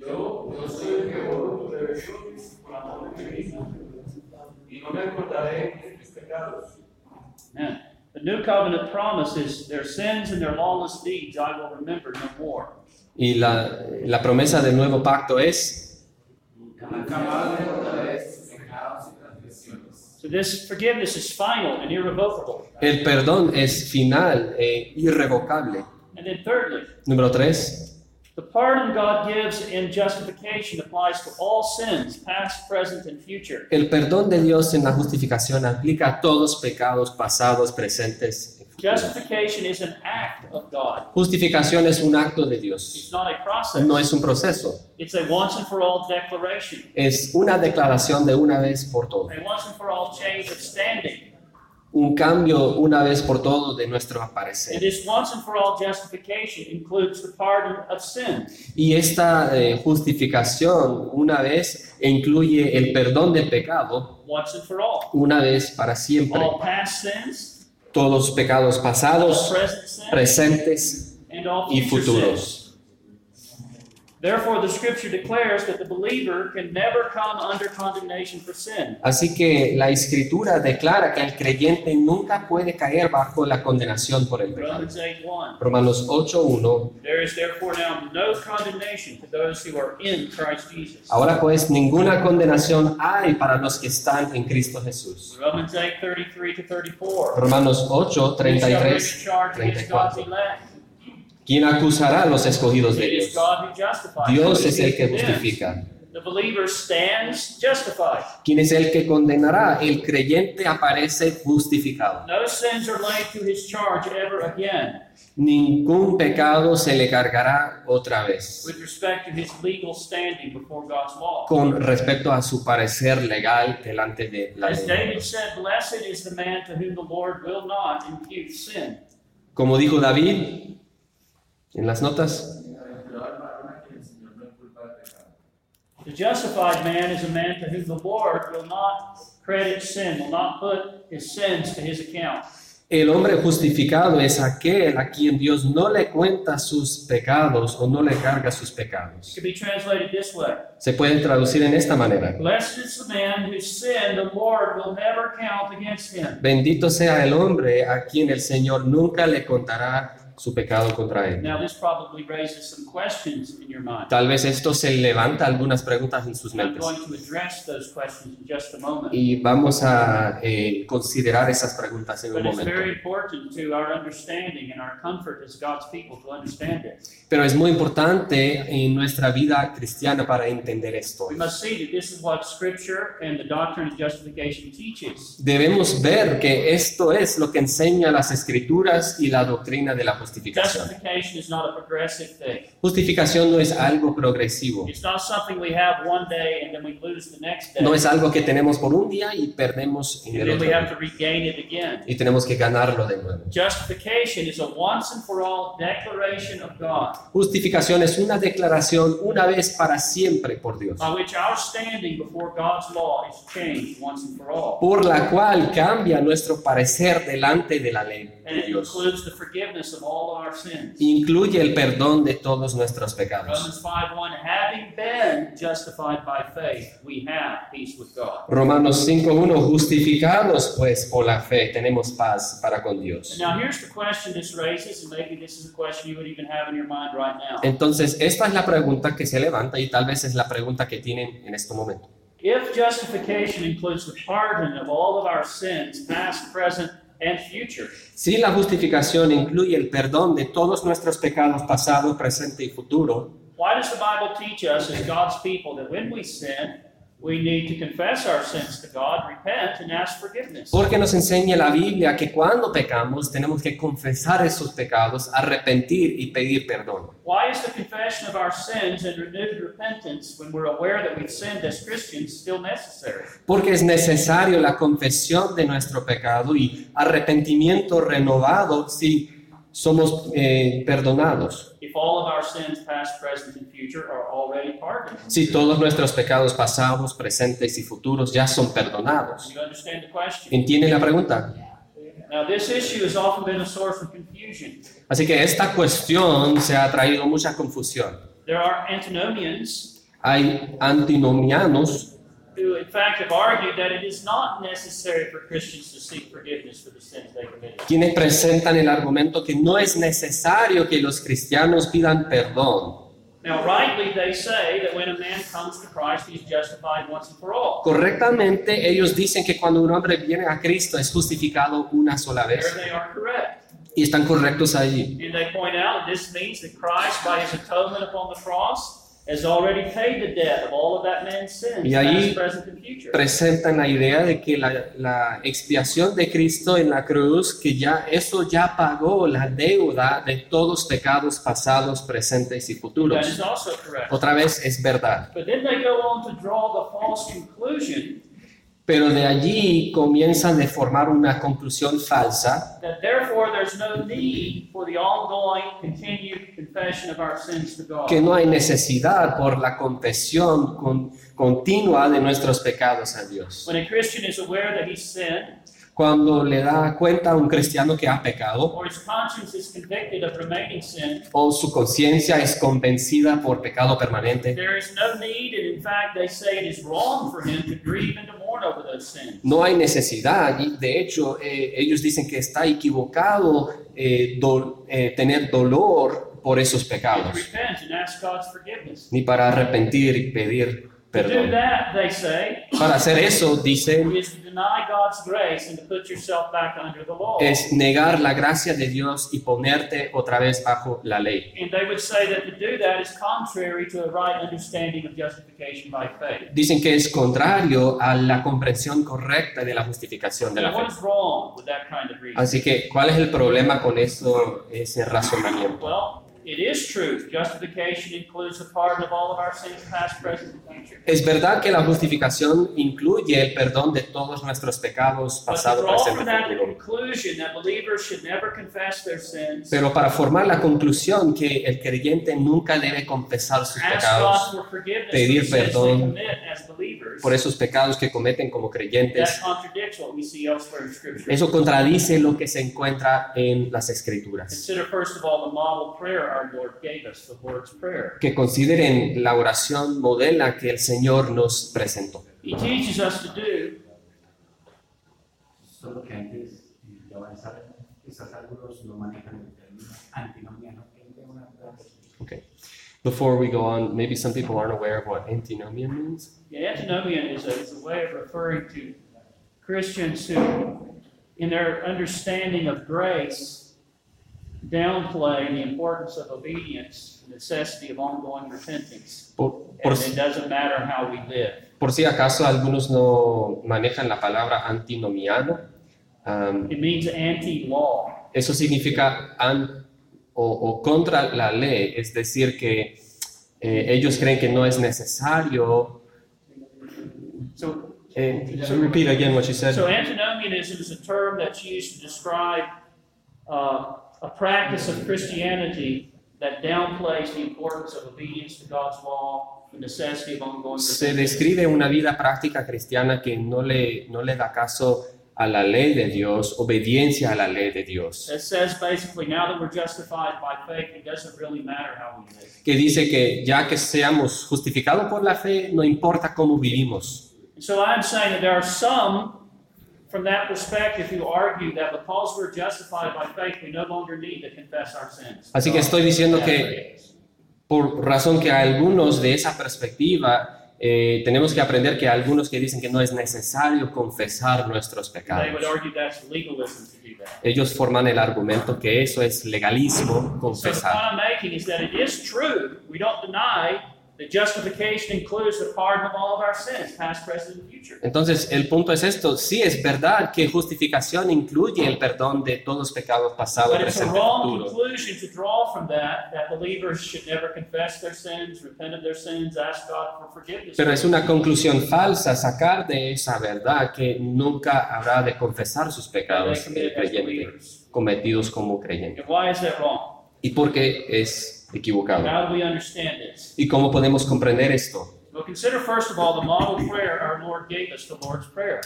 [SPEAKER 6] Yo, yo soy el que borro tus rebeliones por amor de mí mismo, y no me acordaré de tus pecados.
[SPEAKER 1] Amen. The new covenant promises their sins and their lawless deeds I will remember no more.
[SPEAKER 2] Y la, la promesa del nuevo pacto es,
[SPEAKER 4] Jamás me acordaré de sus pecados y transgresiones.
[SPEAKER 1] So this forgiveness is final and irrevocable.
[SPEAKER 2] el perdón es final e irrevocable.
[SPEAKER 1] And then thirdly,
[SPEAKER 2] Número tres,
[SPEAKER 1] the pardon God gives in justification applies to all sins, past, present, and future.
[SPEAKER 2] el perdón de Dios en la justificación aplica a todos pecados pasados, presentes. y futuros.
[SPEAKER 1] Justification is an act of God.
[SPEAKER 2] Justificación es un acto de
[SPEAKER 1] It's
[SPEAKER 2] Dios,
[SPEAKER 1] not a process.
[SPEAKER 2] no es un proceso,
[SPEAKER 1] It's a once and for all declaration,
[SPEAKER 2] es una declaración de una vez por todas.
[SPEAKER 1] a once and for all change of standing.
[SPEAKER 2] un cambio una vez por todo de nuestro
[SPEAKER 1] And
[SPEAKER 2] parecer.
[SPEAKER 1] this once and for all justification includes the pardon of sin.
[SPEAKER 2] Y esta eh, justificación una vez incluye el perdón del pecado
[SPEAKER 1] once and for all.
[SPEAKER 2] una vez para siempre.
[SPEAKER 1] All past sins,
[SPEAKER 2] Todos pecados
[SPEAKER 1] all
[SPEAKER 2] pasados,
[SPEAKER 1] present sins,
[SPEAKER 2] presentes
[SPEAKER 1] and all
[SPEAKER 2] y
[SPEAKER 1] future sins.
[SPEAKER 2] futuros.
[SPEAKER 1] Therefore, the scripture declares that the believer can never come under condemnation for sin.
[SPEAKER 2] Así que la escritura declara que el creyente nunca puede caer bajo la condenación por el pecado.
[SPEAKER 1] Romans 8 1.
[SPEAKER 2] Romanos 8.1.
[SPEAKER 1] There is therefore now no condemnation to those who are in Christ Jesus.
[SPEAKER 2] Ahora pues ninguna condenación hay para los que están en Cristo Jesús.
[SPEAKER 1] Romans eight thirty three to 34.
[SPEAKER 2] Romanos 8.33.
[SPEAKER 1] Who shall bring a charge against God's elect?
[SPEAKER 2] ¿Quién acusará a los escogidos de
[SPEAKER 1] It is
[SPEAKER 2] Dios?
[SPEAKER 1] God who justifies.
[SPEAKER 2] Dios
[SPEAKER 1] Who
[SPEAKER 2] es el que
[SPEAKER 1] condemns?
[SPEAKER 2] justifica.
[SPEAKER 1] The believer stands justified.
[SPEAKER 2] ¿Quién es el que condenará? El creyente aparece justificado.
[SPEAKER 1] No sins are laid to his charge ever again
[SPEAKER 2] Ningún pecado se le cargará otra vez
[SPEAKER 1] with respect to his legal standing before God's law.
[SPEAKER 2] con respecto a su parecer legal delante de la
[SPEAKER 1] As
[SPEAKER 2] ley.
[SPEAKER 1] David said, Blessed is the man to whom the Lord will not impute sin.
[SPEAKER 2] Como dijo David en las notas,
[SPEAKER 4] Bienaventurado el varón a quien el Señor no inculpa de pecado.
[SPEAKER 1] The justified man is a man to whom the Lord will not credit sin, will not put his sins to his account.
[SPEAKER 2] el hombre justificado es aquel a quien Dios no le cuenta sus pecados o no le carga sus
[SPEAKER 1] It
[SPEAKER 2] pecados.
[SPEAKER 1] could be translated this way
[SPEAKER 2] Se puede traducir en esta manera.
[SPEAKER 1] Blessed is the man whose sin the Lord will never count against him.
[SPEAKER 2] Bendito sea el hombre a quien el Señor nunca le contará su pecado contra él.
[SPEAKER 1] Now, this probably raises some questions in your mind.
[SPEAKER 2] Tal vez esto se levanta algunas preguntas en sus
[SPEAKER 1] I'm
[SPEAKER 2] mentes
[SPEAKER 1] going to address those questions in just a moment.
[SPEAKER 2] y vamos a eh, considerar esas preguntas en un
[SPEAKER 1] But it's
[SPEAKER 2] momento.
[SPEAKER 1] very important to our understanding and our comfort as God's people to understand it.
[SPEAKER 2] Pero es muy importante en nuestra vida cristiana para entender esto.
[SPEAKER 1] We must see that this is what Scripture and the doctrine of justification teaches.
[SPEAKER 2] Debemos ver que esto es lo que enseña las escrituras y la doctrina de la justificación.
[SPEAKER 1] Justification is not a progressive thing.
[SPEAKER 2] Justificación no es algo progresivo,
[SPEAKER 1] It's not something we have one day and then we lose the next day.
[SPEAKER 2] no es algo que tenemos por un día y perdemos en
[SPEAKER 1] And
[SPEAKER 2] el
[SPEAKER 1] then we
[SPEAKER 2] otro.
[SPEAKER 1] have to regain it again.
[SPEAKER 2] y tenemos que ganarlo de nuevo.
[SPEAKER 1] Justification is a once and for all declaration of God
[SPEAKER 2] Justificación es una declaración una vez para siempre por Dios,
[SPEAKER 1] by which our standing before God's law is changed once and for all.
[SPEAKER 2] por la cual cambia nuestro parecer delante de la ley
[SPEAKER 1] And
[SPEAKER 2] de
[SPEAKER 1] it
[SPEAKER 2] Dios.
[SPEAKER 1] includes the forgiveness of all of our sins.
[SPEAKER 2] Incluye el perdón de todos nuestros pecados.
[SPEAKER 1] Romans 5 1 Having been justified by faith, we have peace with God.
[SPEAKER 2] Romanos 5.1, justificados pues por la fe, tenemos paz para con
[SPEAKER 1] And
[SPEAKER 2] Dios.
[SPEAKER 1] now here's the question this raises, and maybe this is a question you would even have in your mind right now.
[SPEAKER 2] Entonces, esta es la pregunta que se levanta y tal vez es la pregunta que tienen en este momento.
[SPEAKER 1] If justification includes the pardon of all of our sins, past, present, and future,
[SPEAKER 2] Si la justificación incluye el perdón de todos nuestros pecados pasados, presente y futuro,
[SPEAKER 1] why does the Bible teach us as God's people that when we sin, we need to confess our sins to God, repent, and ask forgiveness?
[SPEAKER 2] porque nos enseña la Biblia que cuando pecamos tenemos que confesar esos pecados, arrepentir y pedir perdón.
[SPEAKER 1] Why is the confession of our sins and renewed repentance when we're aware that we've sinned as Christians still necessary?
[SPEAKER 2] Porque es necesario la confesión de nuestro pecado y arrepentimiento renovado si somos eh, perdonados,
[SPEAKER 1] If all of our sins, past, present, and future, are already pardoned?
[SPEAKER 2] si todos nuestros pecados pasados, presentes y futuros ya son perdonados.
[SPEAKER 1] You understand the question?
[SPEAKER 2] ¿Entienden la pregunta?
[SPEAKER 1] Now, this issue has often been a source of confusion.
[SPEAKER 2] Así que esta cuestión se ha traído mucha confusión.
[SPEAKER 1] There are antinomians
[SPEAKER 2] Hay antinomianos
[SPEAKER 1] who, in fact, have argued that it is not necessary for Christians to seek forgiveness for the sins they committed.
[SPEAKER 2] quienes presentan el argumento que no es necesario que los cristianos pidan perdón.
[SPEAKER 1] Now, rightly, they say that when a man comes to Christ, he's justified once and for all.
[SPEAKER 2] Correctamente, ellos dicen que cuando un hombre viene a Cristo es justificado una sola
[SPEAKER 1] There
[SPEAKER 2] vez
[SPEAKER 1] they are correct.
[SPEAKER 2] y están correctos allí.
[SPEAKER 1] And they point out that this means that Christ, by his atonement upon the cross, has already paid the debt of all of that man's sins,
[SPEAKER 2] Y ahí-
[SPEAKER 1] past, present, and future.
[SPEAKER 2] Presentan la idea de que la, la expiación de Cristo en la cruz, que ya eso ya pagó la deuda de todos pecados pasados, presentes y
[SPEAKER 1] That is
[SPEAKER 2] futuros.
[SPEAKER 1] also correct.
[SPEAKER 2] Otra vez es verdad.
[SPEAKER 1] But then they go on to draw the false conclusion
[SPEAKER 2] Pero de allí comienzan a formar una conclusión falsa
[SPEAKER 1] that therefore there's no need for the ongoing, continued confession of our sins to God.
[SPEAKER 2] que no hay necesidad por la confesión con- continua de nuestros pecados a Dios.
[SPEAKER 1] When a Christian is aware that he's sinned,
[SPEAKER 2] Cuando le da cuenta a un cristiano que ha pecado
[SPEAKER 1] or his conscience is convicted of remaining sin,
[SPEAKER 2] o su conciencia es convencida por pecado permanente,
[SPEAKER 1] there is no need, and in fact, they say it is wrong for him to grieve and to mourn over those sins.
[SPEAKER 2] no hay necesidad y de hecho eh, ellos dicen que está equivocado eh, do- eh, tener dolor por esos
[SPEAKER 1] and
[SPEAKER 2] pecados,
[SPEAKER 1] repent and ask God's forgiveness.
[SPEAKER 2] ni para arrepentir y pedir
[SPEAKER 1] To do
[SPEAKER 2] perdón.
[SPEAKER 1] that, they say,
[SPEAKER 2] Para hacer eso, dicen,
[SPEAKER 1] is to deny God's grace and to put yourself back under the law.
[SPEAKER 2] es negar la gracia de Dios y ponerte otra vez bajo la ley.
[SPEAKER 1] And they would say that to do that is contrary to a right understanding of justification by faith.
[SPEAKER 2] dicen que es contrario a la comprensión correcta de la justificación de la
[SPEAKER 1] Now,
[SPEAKER 2] fe.
[SPEAKER 1] what is wrong with that kind of reasoning?
[SPEAKER 2] Así que, ¿cuál es el problema con eso, ese razonamiento?
[SPEAKER 1] Well, it is true. Justification includes the pardon of all of our sins, past, present, and future.
[SPEAKER 2] Es verdad que la justificación incluye el perdón de todos nuestros pecados,
[SPEAKER 1] But to
[SPEAKER 2] pasado,
[SPEAKER 1] draw
[SPEAKER 2] presente
[SPEAKER 1] from that
[SPEAKER 2] y
[SPEAKER 1] the
[SPEAKER 2] futuro.
[SPEAKER 1] conclusion that believers should never confess their sins,
[SPEAKER 2] Pero para formar la conclusión que el creyente nunca debe confesar sus
[SPEAKER 1] ask God
[SPEAKER 2] pecados,
[SPEAKER 1] for forgiveness
[SPEAKER 2] pedir
[SPEAKER 1] for the sins they
[SPEAKER 2] perdón
[SPEAKER 1] commit as believers.
[SPEAKER 2] por esos pecados que cometen como creyentes,
[SPEAKER 1] That contradicts what we see elsewhere in Scripture.
[SPEAKER 2] eso contradice lo que se encuentra en las escrituras.
[SPEAKER 1] Consider first of all the model prayer our Lord gave us, the Lord's Prayer.
[SPEAKER 2] Que consideren la oración modela que el Señor nos presentó.
[SPEAKER 1] He teaches us to do
[SPEAKER 5] Solo que antes, eh, ya van a saber, quizás algunos lo manejan en términos antinomianos, que es una frase
[SPEAKER 2] Okay. Before we go on, maybe some people aren't aware of what antinomian means.
[SPEAKER 1] the antinomian is a, is a way of referring to uh, Christians who, in their understanding of grace, downplay the importance of obedience, the necessity of ongoing repentance,
[SPEAKER 2] Por, por,
[SPEAKER 1] and it doesn't matter how we live.
[SPEAKER 2] por si acaso algunos no manejan la palabra antinomiano, um,
[SPEAKER 1] It means anti-law.
[SPEAKER 2] eso significa an- o, o contra la ley, es decir, que eh, ellos creen que no es necesario.
[SPEAKER 1] So
[SPEAKER 2] eh, so repeat again what you said.
[SPEAKER 1] So antinomianism is a term that's used to describe uh, a practice of Christianity that downplays the importance of obedience to God's law, the necessity of ongoing.
[SPEAKER 2] Se
[SPEAKER 1] repentance.
[SPEAKER 2] describe una vida práctica cristiana que no le, no le da caso a la ley de Dios, obediencia a la ley de Dios.
[SPEAKER 1] It says basically, now that we're justified by faith, it doesn't really matter how we live.
[SPEAKER 2] que dice que ya que seamos justificados por la fe, no importa cómo vivimos.
[SPEAKER 1] And so I'm saying that there are some from that perspective who argue that because we're justified by faith, we no longer need to confess our sins.
[SPEAKER 2] Así que estoy diciendo que por razón que algunos de esa perspectiva eh, tenemos que aprender que algunos que dicen que no es necesario confesar nuestros
[SPEAKER 1] They would
[SPEAKER 2] pecados,
[SPEAKER 1] argue that's legalism to do that.
[SPEAKER 2] ellos forman el argumento que eso es legalismo
[SPEAKER 1] So the
[SPEAKER 2] confesar.
[SPEAKER 1] point I'm making is that it is true, we don't deny that justification includes the pardon of all of our sins, past, present, and future.
[SPEAKER 2] Entonces, el punto es esto, sí es verdad que justificación incluye el perdón de todos los pecados pasados,
[SPEAKER 1] But it's a
[SPEAKER 2] presente y
[SPEAKER 1] wrong
[SPEAKER 2] futuro.
[SPEAKER 1] conclusion to draw from that, that believers should never confess their sins, repent of their sins, ask God for forgiveness.
[SPEAKER 2] Pero es una conclusión falsa sacar de esa verdad que nunca habrá de confesar sus
[SPEAKER 1] that
[SPEAKER 2] pecados
[SPEAKER 1] they
[SPEAKER 2] el
[SPEAKER 1] committed as
[SPEAKER 2] creyente,
[SPEAKER 1] believers.
[SPEAKER 2] cometidos como creyente.
[SPEAKER 1] And why is that wrong?
[SPEAKER 2] ¿Y por qué es equivocado?
[SPEAKER 1] How do we understand this?
[SPEAKER 2] ¿Y cómo podemos comprender esto?
[SPEAKER 1] Well, consider first of all the model prayer our Lord gave us, the Lord's Prayer.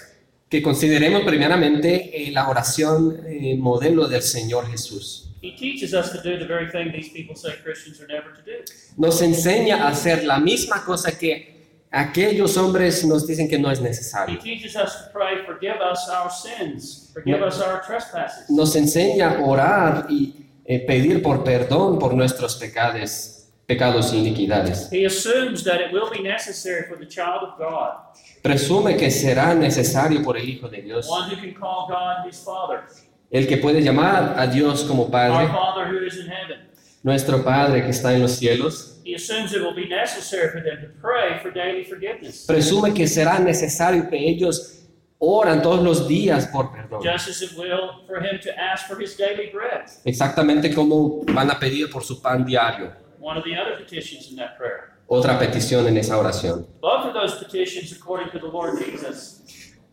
[SPEAKER 2] Que consideremos primeramente eh, la oración eh, modelo del Señor Jesús.
[SPEAKER 1] He teaches us to do the very thing these people say Christians are never to do.
[SPEAKER 2] Nos enseña a hacer la misma cosa que aquellos hombres nos dicen que no es
[SPEAKER 1] He
[SPEAKER 2] necesario.
[SPEAKER 1] teaches us to pray, forgive us our sins, forgive us our trespasses.
[SPEAKER 2] Nos enseña a orar y eh, pedir por perdón por nuestros pecados, pecados e iniquidades.
[SPEAKER 1] He assumes that it will be necessary for the child of God,
[SPEAKER 2] presume que será necesario por el Hijo de Dios,
[SPEAKER 1] one who can call God his Father,
[SPEAKER 2] el que puede llamar a Dios como
[SPEAKER 1] our
[SPEAKER 2] Padre,
[SPEAKER 1] Father who is in heaven.
[SPEAKER 2] nuestro Padre que está en los cielos,
[SPEAKER 1] He assumes it will be necessary for them to pray for daily forgiveness,
[SPEAKER 2] presume que será necesario que ellos oran todos los días por perdón,
[SPEAKER 1] just as it will for him to ask for his daily bread,
[SPEAKER 2] exactamente como van a pedir por su pan diario,
[SPEAKER 1] one of the other petitions in that prayer.
[SPEAKER 2] otra petición en esa oración.
[SPEAKER 1] Both of those petitions, according to the Lord Jesus,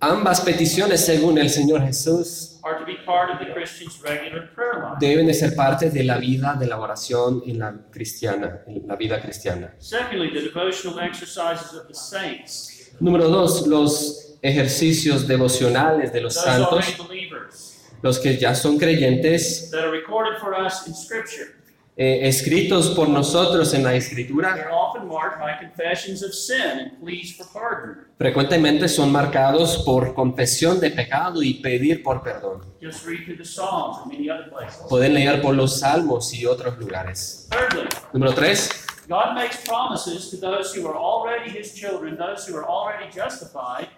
[SPEAKER 2] Ambas peticiones, según el Señor Jesús,
[SPEAKER 1] are to be part of the Christian's regular prayer life.
[SPEAKER 2] deben de ser parte de la vida de la oración en la cristiana, en la vida cristiana.
[SPEAKER 1] Secondly, the devotional exercises of the saints,
[SPEAKER 2] Número dos, los ejercicios devocionales de los
[SPEAKER 1] those
[SPEAKER 2] santos.
[SPEAKER 1] already believers,
[SPEAKER 2] los que ya son creyentes,
[SPEAKER 1] that are recorded for us in Scripture.
[SPEAKER 2] eh, escritos por nosotros en la escritura,
[SPEAKER 1] They're often marked by confessions of sin and pleas for pardon.
[SPEAKER 2] frecuentemente son marcados por confesión de pecado y pedir por perdón.
[SPEAKER 1] Just read through the Psalms and many other places.
[SPEAKER 2] Pueden leer por los salmos y otros lugares.
[SPEAKER 1] Thirdly,
[SPEAKER 2] Número tres,
[SPEAKER 1] God makes promises to those who are already His children, those who are already justified,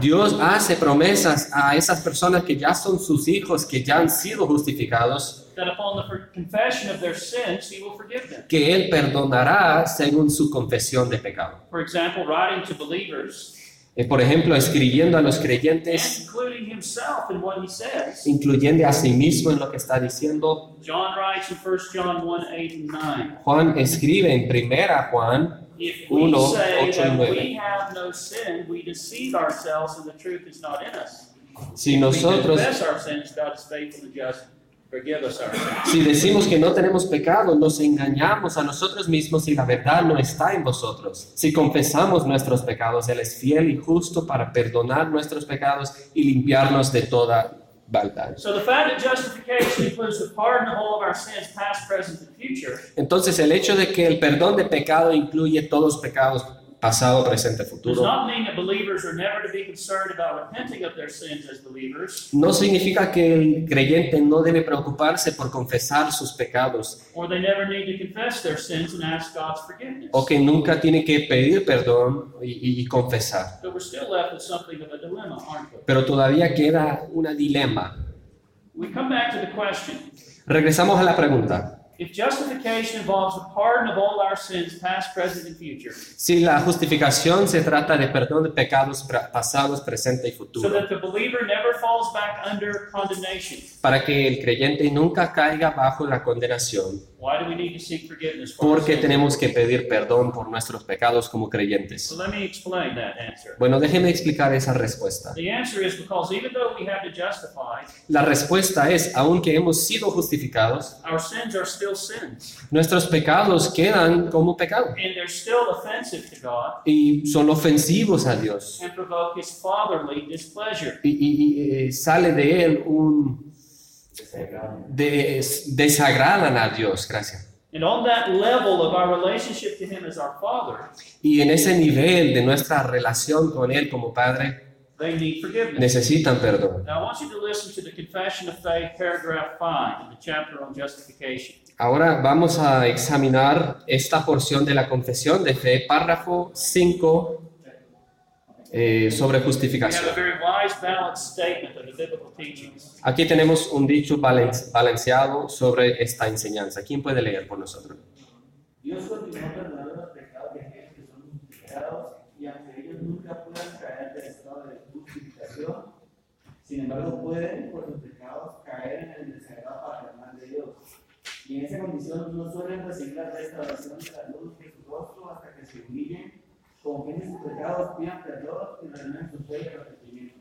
[SPEAKER 2] Dios hace promesas a esas personas que ya son sus hijos, que ya han sido justificados,
[SPEAKER 1] that upon the for- confession of their sins, He will forgive them.
[SPEAKER 2] que Él perdonará según su confesión de pecado.
[SPEAKER 1] For example, writing to believers
[SPEAKER 2] Eh, por ejemplo, escribiendo a los
[SPEAKER 1] and
[SPEAKER 2] creyentes,
[SPEAKER 1] including himself in what he says.
[SPEAKER 2] incluyendo a sí mismo en lo que está diciendo,
[SPEAKER 1] John writes in 1 John 1 8 and 9.
[SPEAKER 2] Juan escribe en primera Juan,
[SPEAKER 1] If we
[SPEAKER 2] Uno,
[SPEAKER 1] say
[SPEAKER 2] ocho y
[SPEAKER 1] that
[SPEAKER 2] nueve.
[SPEAKER 1] we have no sin, we deceive ourselves and the truth is not in us.
[SPEAKER 2] si
[SPEAKER 1] If we
[SPEAKER 2] nosotros,
[SPEAKER 1] confess our sins, God is faithful and just. Forgive us our sins.
[SPEAKER 2] si decimos que no tenemos pecado, nos engañamos a nosotros mismos y la verdad no está en vosotros. Si confesamos nuestros pecados, Él es fiel y justo para perdonar nuestros pecados y limpiarnos de toda maldad.
[SPEAKER 1] So the fact that justification includes the pardon of all of our sins, past, present, and future,
[SPEAKER 2] Entonces, el hecho de que el perdón de pecado incluye todos los pecados, pasado, presente,
[SPEAKER 1] does
[SPEAKER 2] futuro,
[SPEAKER 1] not mean that believers are never to be concerned about repenting of their sins as believers,
[SPEAKER 2] no significa que el creyente no debe preocuparse por confesar sus pecados
[SPEAKER 1] or they never need to confess their sins and ask God's forgiveness.
[SPEAKER 2] o que nunca tiene que pedir perdón y, y- y confesar.
[SPEAKER 1] But we're still left with something of a dilemma, aren't we?
[SPEAKER 2] Pero todavía queda una dilema.
[SPEAKER 1] We come back to the question
[SPEAKER 2] Regresamos a la pregunta.
[SPEAKER 1] if justification involves the pardon of all our sins, past, present, and future,
[SPEAKER 2] Si la justificación se trata de perdón de pecados pra- pasados, presente y
[SPEAKER 1] so
[SPEAKER 2] futuro,
[SPEAKER 1] that the believer never falls back under condemnation,
[SPEAKER 2] para que el creyente nunca caiga bajo la condenación,
[SPEAKER 1] why do we need to seek forgiveness for our
[SPEAKER 2] porque
[SPEAKER 1] sins?
[SPEAKER 2] tenemos que pedir perdón por nuestros pecados como creyentes.
[SPEAKER 1] So let me explain that answer.
[SPEAKER 2] Bueno, déjeme explicar esa respuesta.
[SPEAKER 1] The answer is because even though we have to justify,
[SPEAKER 2] La respuesta es, aunque hemos sido justificados,
[SPEAKER 1] our sins are still sins,
[SPEAKER 2] nuestros pecados quedan como pecado
[SPEAKER 1] and they're still offensive to God
[SPEAKER 2] y son ofensivos a Dios.
[SPEAKER 1] and provoke His fatherly displeasure.
[SPEAKER 2] y, y- y, eh, sale de él un des- desagradan a Dios, gracias.
[SPEAKER 1] And on that level of our relationship to Him as our Father,
[SPEAKER 2] Y en ese nivel de nuestra relación con él como padre
[SPEAKER 1] they need forgiveness.
[SPEAKER 2] necesitan perdón.
[SPEAKER 1] Now, I want you to listen to the Confession of Faith, paragraph 5, in the chapter on justification.
[SPEAKER 2] Ahora vamos a examinar esta porción de la confesión desde párrafo 5 eh, sobre
[SPEAKER 1] We have a
[SPEAKER 2] justificación.
[SPEAKER 1] very wise, balanced statement of the biblical teachings.
[SPEAKER 2] Aquí tenemos un dicho balen- balanceado sobre esta enseñanza. ¿Quién puede leer por nosotros?
[SPEAKER 5] Dios continuó perdonando los pecados de aquellos que son justificados y aunque ellos nunca puedan caer del estado de justificación, sin embargo pueden por sus pecados caer en el desagrado paternal de Dios. Y en esa condición no suelen recibir la restauración de la luz de su rostro hasta que se humillen, confíen sus pecados, pidan perdón y renueven su fe y arrepentimiento.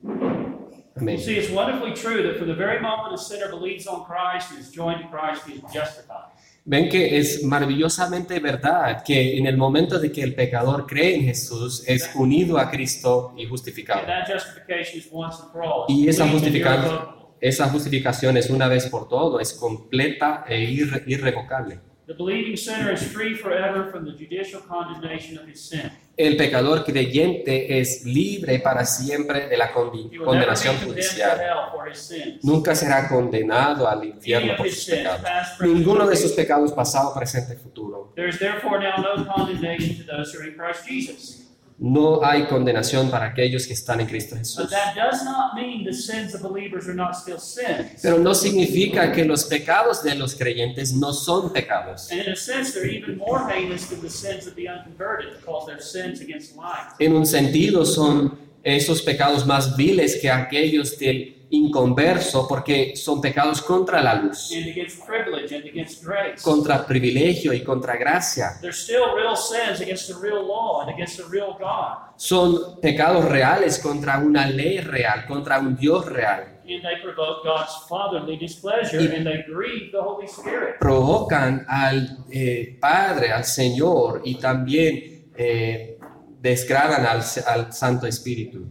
[SPEAKER 1] You
[SPEAKER 2] Amén.
[SPEAKER 1] see, it's wonderfully true that from the very moment a sinner believes on Christ and is joined to Christ, he is justified.
[SPEAKER 2] Ven que es maravillosamente verdad que en el momento de que el pecador cree en Jesús es unido a Cristo y
[SPEAKER 1] And
[SPEAKER 2] justificado.
[SPEAKER 1] that justification is once and for all.
[SPEAKER 2] Y
[SPEAKER 1] Complete
[SPEAKER 2] esa
[SPEAKER 1] and
[SPEAKER 2] justificación-
[SPEAKER 1] irrevocable.
[SPEAKER 2] Esa justificación es una vez por todo, es completa e irre- irrevocable.
[SPEAKER 1] The believing sinner is free forever from the judicial condemnation of his sin.
[SPEAKER 2] El pecador creyente es libre para siempre de la
[SPEAKER 1] He
[SPEAKER 2] condi-
[SPEAKER 1] will never be
[SPEAKER 2] condenación
[SPEAKER 1] condemned to
[SPEAKER 2] judicial.
[SPEAKER 1] hell for his sins.
[SPEAKER 2] Nunca será condenado al
[SPEAKER 1] Any
[SPEAKER 2] infierno
[SPEAKER 1] of
[SPEAKER 2] por
[SPEAKER 1] his
[SPEAKER 2] sus
[SPEAKER 1] sins,
[SPEAKER 2] pecados.
[SPEAKER 1] past, present,
[SPEAKER 2] Ninguno de
[SPEAKER 1] future.
[SPEAKER 2] sus pecados pasado, presente, futuro.
[SPEAKER 1] There is therefore now no condemnation to those who are in Christ Jesus.
[SPEAKER 2] No hay condenación para aquellos que están en Cristo
[SPEAKER 1] But
[SPEAKER 2] Jesús.
[SPEAKER 1] that does not mean the sins of believers are not still sins.
[SPEAKER 2] Pero no significa que los pecados de los creyentes no son pecados.
[SPEAKER 1] And in a sense, they're even more heinous than the sins of the unconverted because they're sins against life.
[SPEAKER 2] En un sentido son esos pecados más viles que aquellos del inconverso porque son pecados contra la luz,
[SPEAKER 1] and against privilege and against grace.
[SPEAKER 2] contra privilegio y contra gracia.
[SPEAKER 1] They're still real sins against the real law and against the real God.
[SPEAKER 2] Son pecados reales contra una ley real, contra un Dios real.
[SPEAKER 1] And they provoke God's fatherly displeasure and they grieve the Holy Spirit.
[SPEAKER 2] Provocan al eh, Padre, al Señor y también eh, desgravan al, al Santo Espíritu.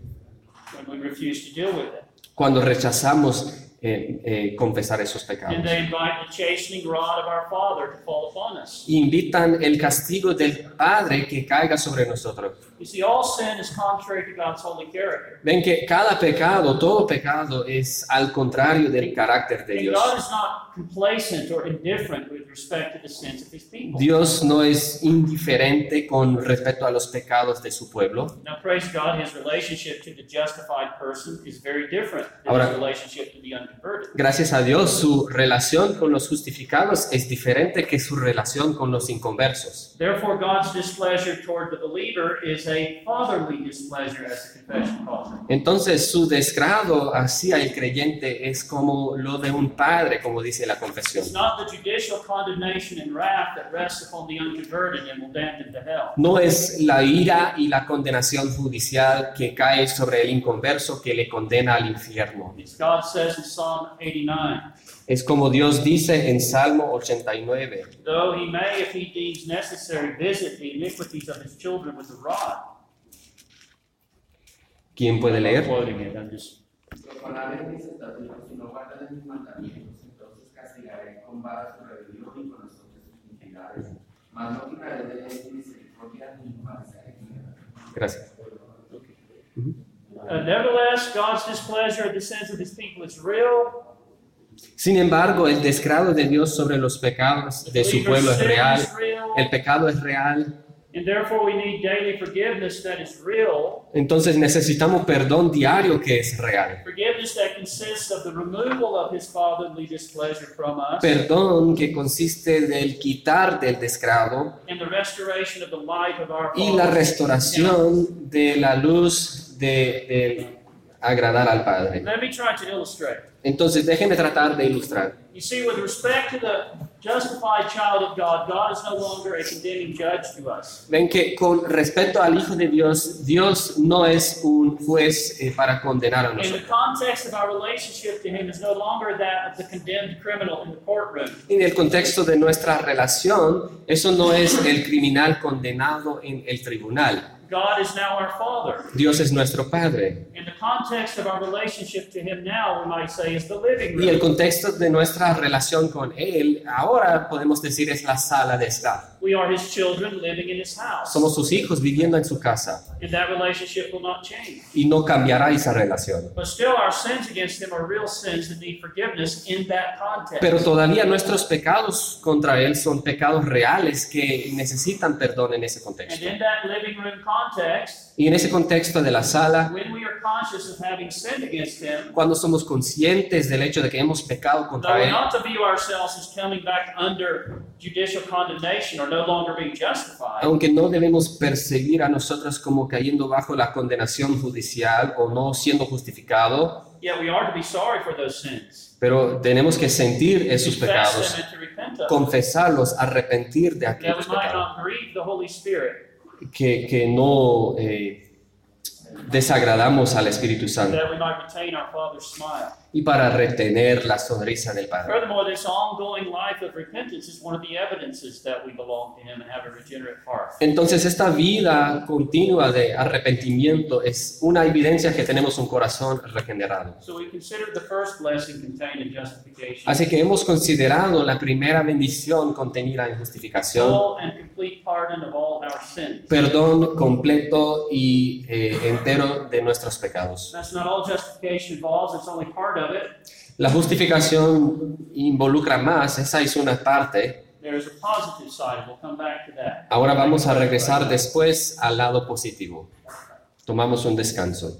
[SPEAKER 1] when we refuse to deal with it.
[SPEAKER 2] cuando rechazamos eh, eh, confesar esos
[SPEAKER 1] And
[SPEAKER 2] pecados.
[SPEAKER 1] they invite the chastening rod of our Father to fall upon us.
[SPEAKER 2] Invitan el castigo del Padre que caiga sobre nosotros.
[SPEAKER 1] You see, all sin is contrary to God's holy character.
[SPEAKER 2] Ven que cada pecado, todo pecado es al contrario del carácter de
[SPEAKER 1] And
[SPEAKER 2] Dios.
[SPEAKER 1] God is not complacent or indifferent with respect to the sins of his people.
[SPEAKER 2] Dios no es indiferente con respecto a los pecados de su pueblo.
[SPEAKER 1] Now, praise God, his relationship to the justified person is very different than
[SPEAKER 2] Ahora-
[SPEAKER 1] his relationship to the unconverted.
[SPEAKER 2] Gracias a Dios, su relación con los justificados es diferente que su relación con los inconversos.
[SPEAKER 1] Therefore, God's displeasure toward the believer is a fatherly displeasure, as the confession calls it.
[SPEAKER 2] Entonces, su desgrado hacia el creyente es como lo de un padre, como dice la confesión.
[SPEAKER 1] It's not the judicial condemnation and wrath that rests upon the unconverted and will damn them to hell.
[SPEAKER 2] No es la ira y la condenación judicial que cae sobre el inconverso que le condena al infierno.
[SPEAKER 1] As God says in Psalm 89,
[SPEAKER 2] Es como Dios dice en Salmo 89,
[SPEAKER 1] though he may, if he deems necessary, visit the iniquities of his children with a rod.
[SPEAKER 2] ¿quién puede
[SPEAKER 1] I'm
[SPEAKER 2] leer?
[SPEAKER 1] quoting it, I'm just.
[SPEAKER 4] Profanaré mis estatutos y no guardarán mis mandamientos, entonces castigaré con vara su rebelión y con azotes sus iniquidades, mas no quitaré de ellos mi misericordia ni padeceré ira.
[SPEAKER 2] Gracias.
[SPEAKER 1] Uh, nevertheless, God's displeasure of the sins of his people is real.
[SPEAKER 2] Sin embargo, el desgrado de Dios sobre los
[SPEAKER 1] The
[SPEAKER 2] pecados de su
[SPEAKER 1] believer's
[SPEAKER 2] pueblo es
[SPEAKER 1] sin
[SPEAKER 2] real,
[SPEAKER 1] is real.
[SPEAKER 2] el pecado es real,
[SPEAKER 1] And therefore, we need daily forgiveness that is real,
[SPEAKER 2] entonces necesitamos perdón diario que es real.
[SPEAKER 1] forgiveness that consists of the removal of his fatherly displeasure from us.
[SPEAKER 2] Perdón que consiste del quitar del desgrado
[SPEAKER 1] and the restoration of the light of our
[SPEAKER 2] y la
[SPEAKER 1] Father.
[SPEAKER 2] restauración de la luz de, del agradar al Padre.
[SPEAKER 1] Let me try to illustrate.
[SPEAKER 2] Entonces, déjenme tratar de ilustrar.
[SPEAKER 1] You see, with respect to the justified child of God, God is no longer a condemning judge to us.
[SPEAKER 2] Ven que con respecto al Hijo de Dios, Dios no es un juez eh, para condenar a
[SPEAKER 1] And the
[SPEAKER 2] nosotros.
[SPEAKER 1] context of our relationship to Him is no longer that of the condemned criminal in the courtroom.
[SPEAKER 2] En el contexto de nuestra relación, eso no es el criminal condenado en el tribunal.
[SPEAKER 1] God is now our Father.
[SPEAKER 2] Dios es nuestro Padre.
[SPEAKER 1] And the context of our relationship to Him now, we might say, is the living
[SPEAKER 2] Y el
[SPEAKER 1] room.
[SPEAKER 2] contexto de nuestra relación con Él ahora podemos decir es la sala de estar.
[SPEAKER 1] We are His children living in His house.
[SPEAKER 2] Somos sus hijos viviendo en su casa
[SPEAKER 1] And that relationship will not change.
[SPEAKER 2] y no cambiará esa relación.
[SPEAKER 1] But still, our sins against Him are real sins that need forgiveness in that context.
[SPEAKER 2] Pero todavía nuestros pecados contra Él son pecados reales que necesitan perdón en ese
[SPEAKER 1] And
[SPEAKER 2] contexto.
[SPEAKER 1] in that living room context,
[SPEAKER 2] Y en ese contexto de la sala,
[SPEAKER 1] when we are conscious of having sinned against Him,
[SPEAKER 2] cuando somos conscientes del hecho de que hemos pecado
[SPEAKER 1] though
[SPEAKER 2] contra
[SPEAKER 1] we're
[SPEAKER 2] Él,
[SPEAKER 1] not to view ourselves as coming back under judicial condemnation or no longer being justified,
[SPEAKER 2] aunque no debemos perseguir a nosotros como cayendo bajo la condenación judicial o no siendo justificado,
[SPEAKER 1] yet we are to be sorry for those sins.
[SPEAKER 2] pero tenemos que sentir esos
[SPEAKER 1] confess
[SPEAKER 2] pecados,
[SPEAKER 1] them and to repent of them.
[SPEAKER 2] confesarlos, arrepentir de
[SPEAKER 1] That we
[SPEAKER 2] aquellos
[SPEAKER 1] might
[SPEAKER 2] pecados
[SPEAKER 1] not grieve the Holy Spirit,
[SPEAKER 2] que, que no eh, desagradamos al Espíritu Santo
[SPEAKER 1] that we might retain our Father's smile.
[SPEAKER 2] y para retener la sonrisa del Padre.
[SPEAKER 1] Furthermore, this ongoing life of repentance is one of the evidences that we belong to Him and have a regenerate heart.
[SPEAKER 2] Entonces esta vida continua de arrepentimiento es una evidencia que tenemos un corazón regenerado.
[SPEAKER 1] So we considered the first blessing contained in justification,
[SPEAKER 2] Así que hemos considerado la primera bendición contenida en justificación,
[SPEAKER 1] full and complete pardon of all our sins.
[SPEAKER 2] perdón completo y eh, entero de nuestros pecados.
[SPEAKER 1] That's not all justification involves, it's only part of it.
[SPEAKER 2] La justificación involucra más, esa es una parte.
[SPEAKER 1] There is a positive side, we'll come back to that.
[SPEAKER 2] Ahora vamos a regresar después al lado positivo. Tomamos un descanso.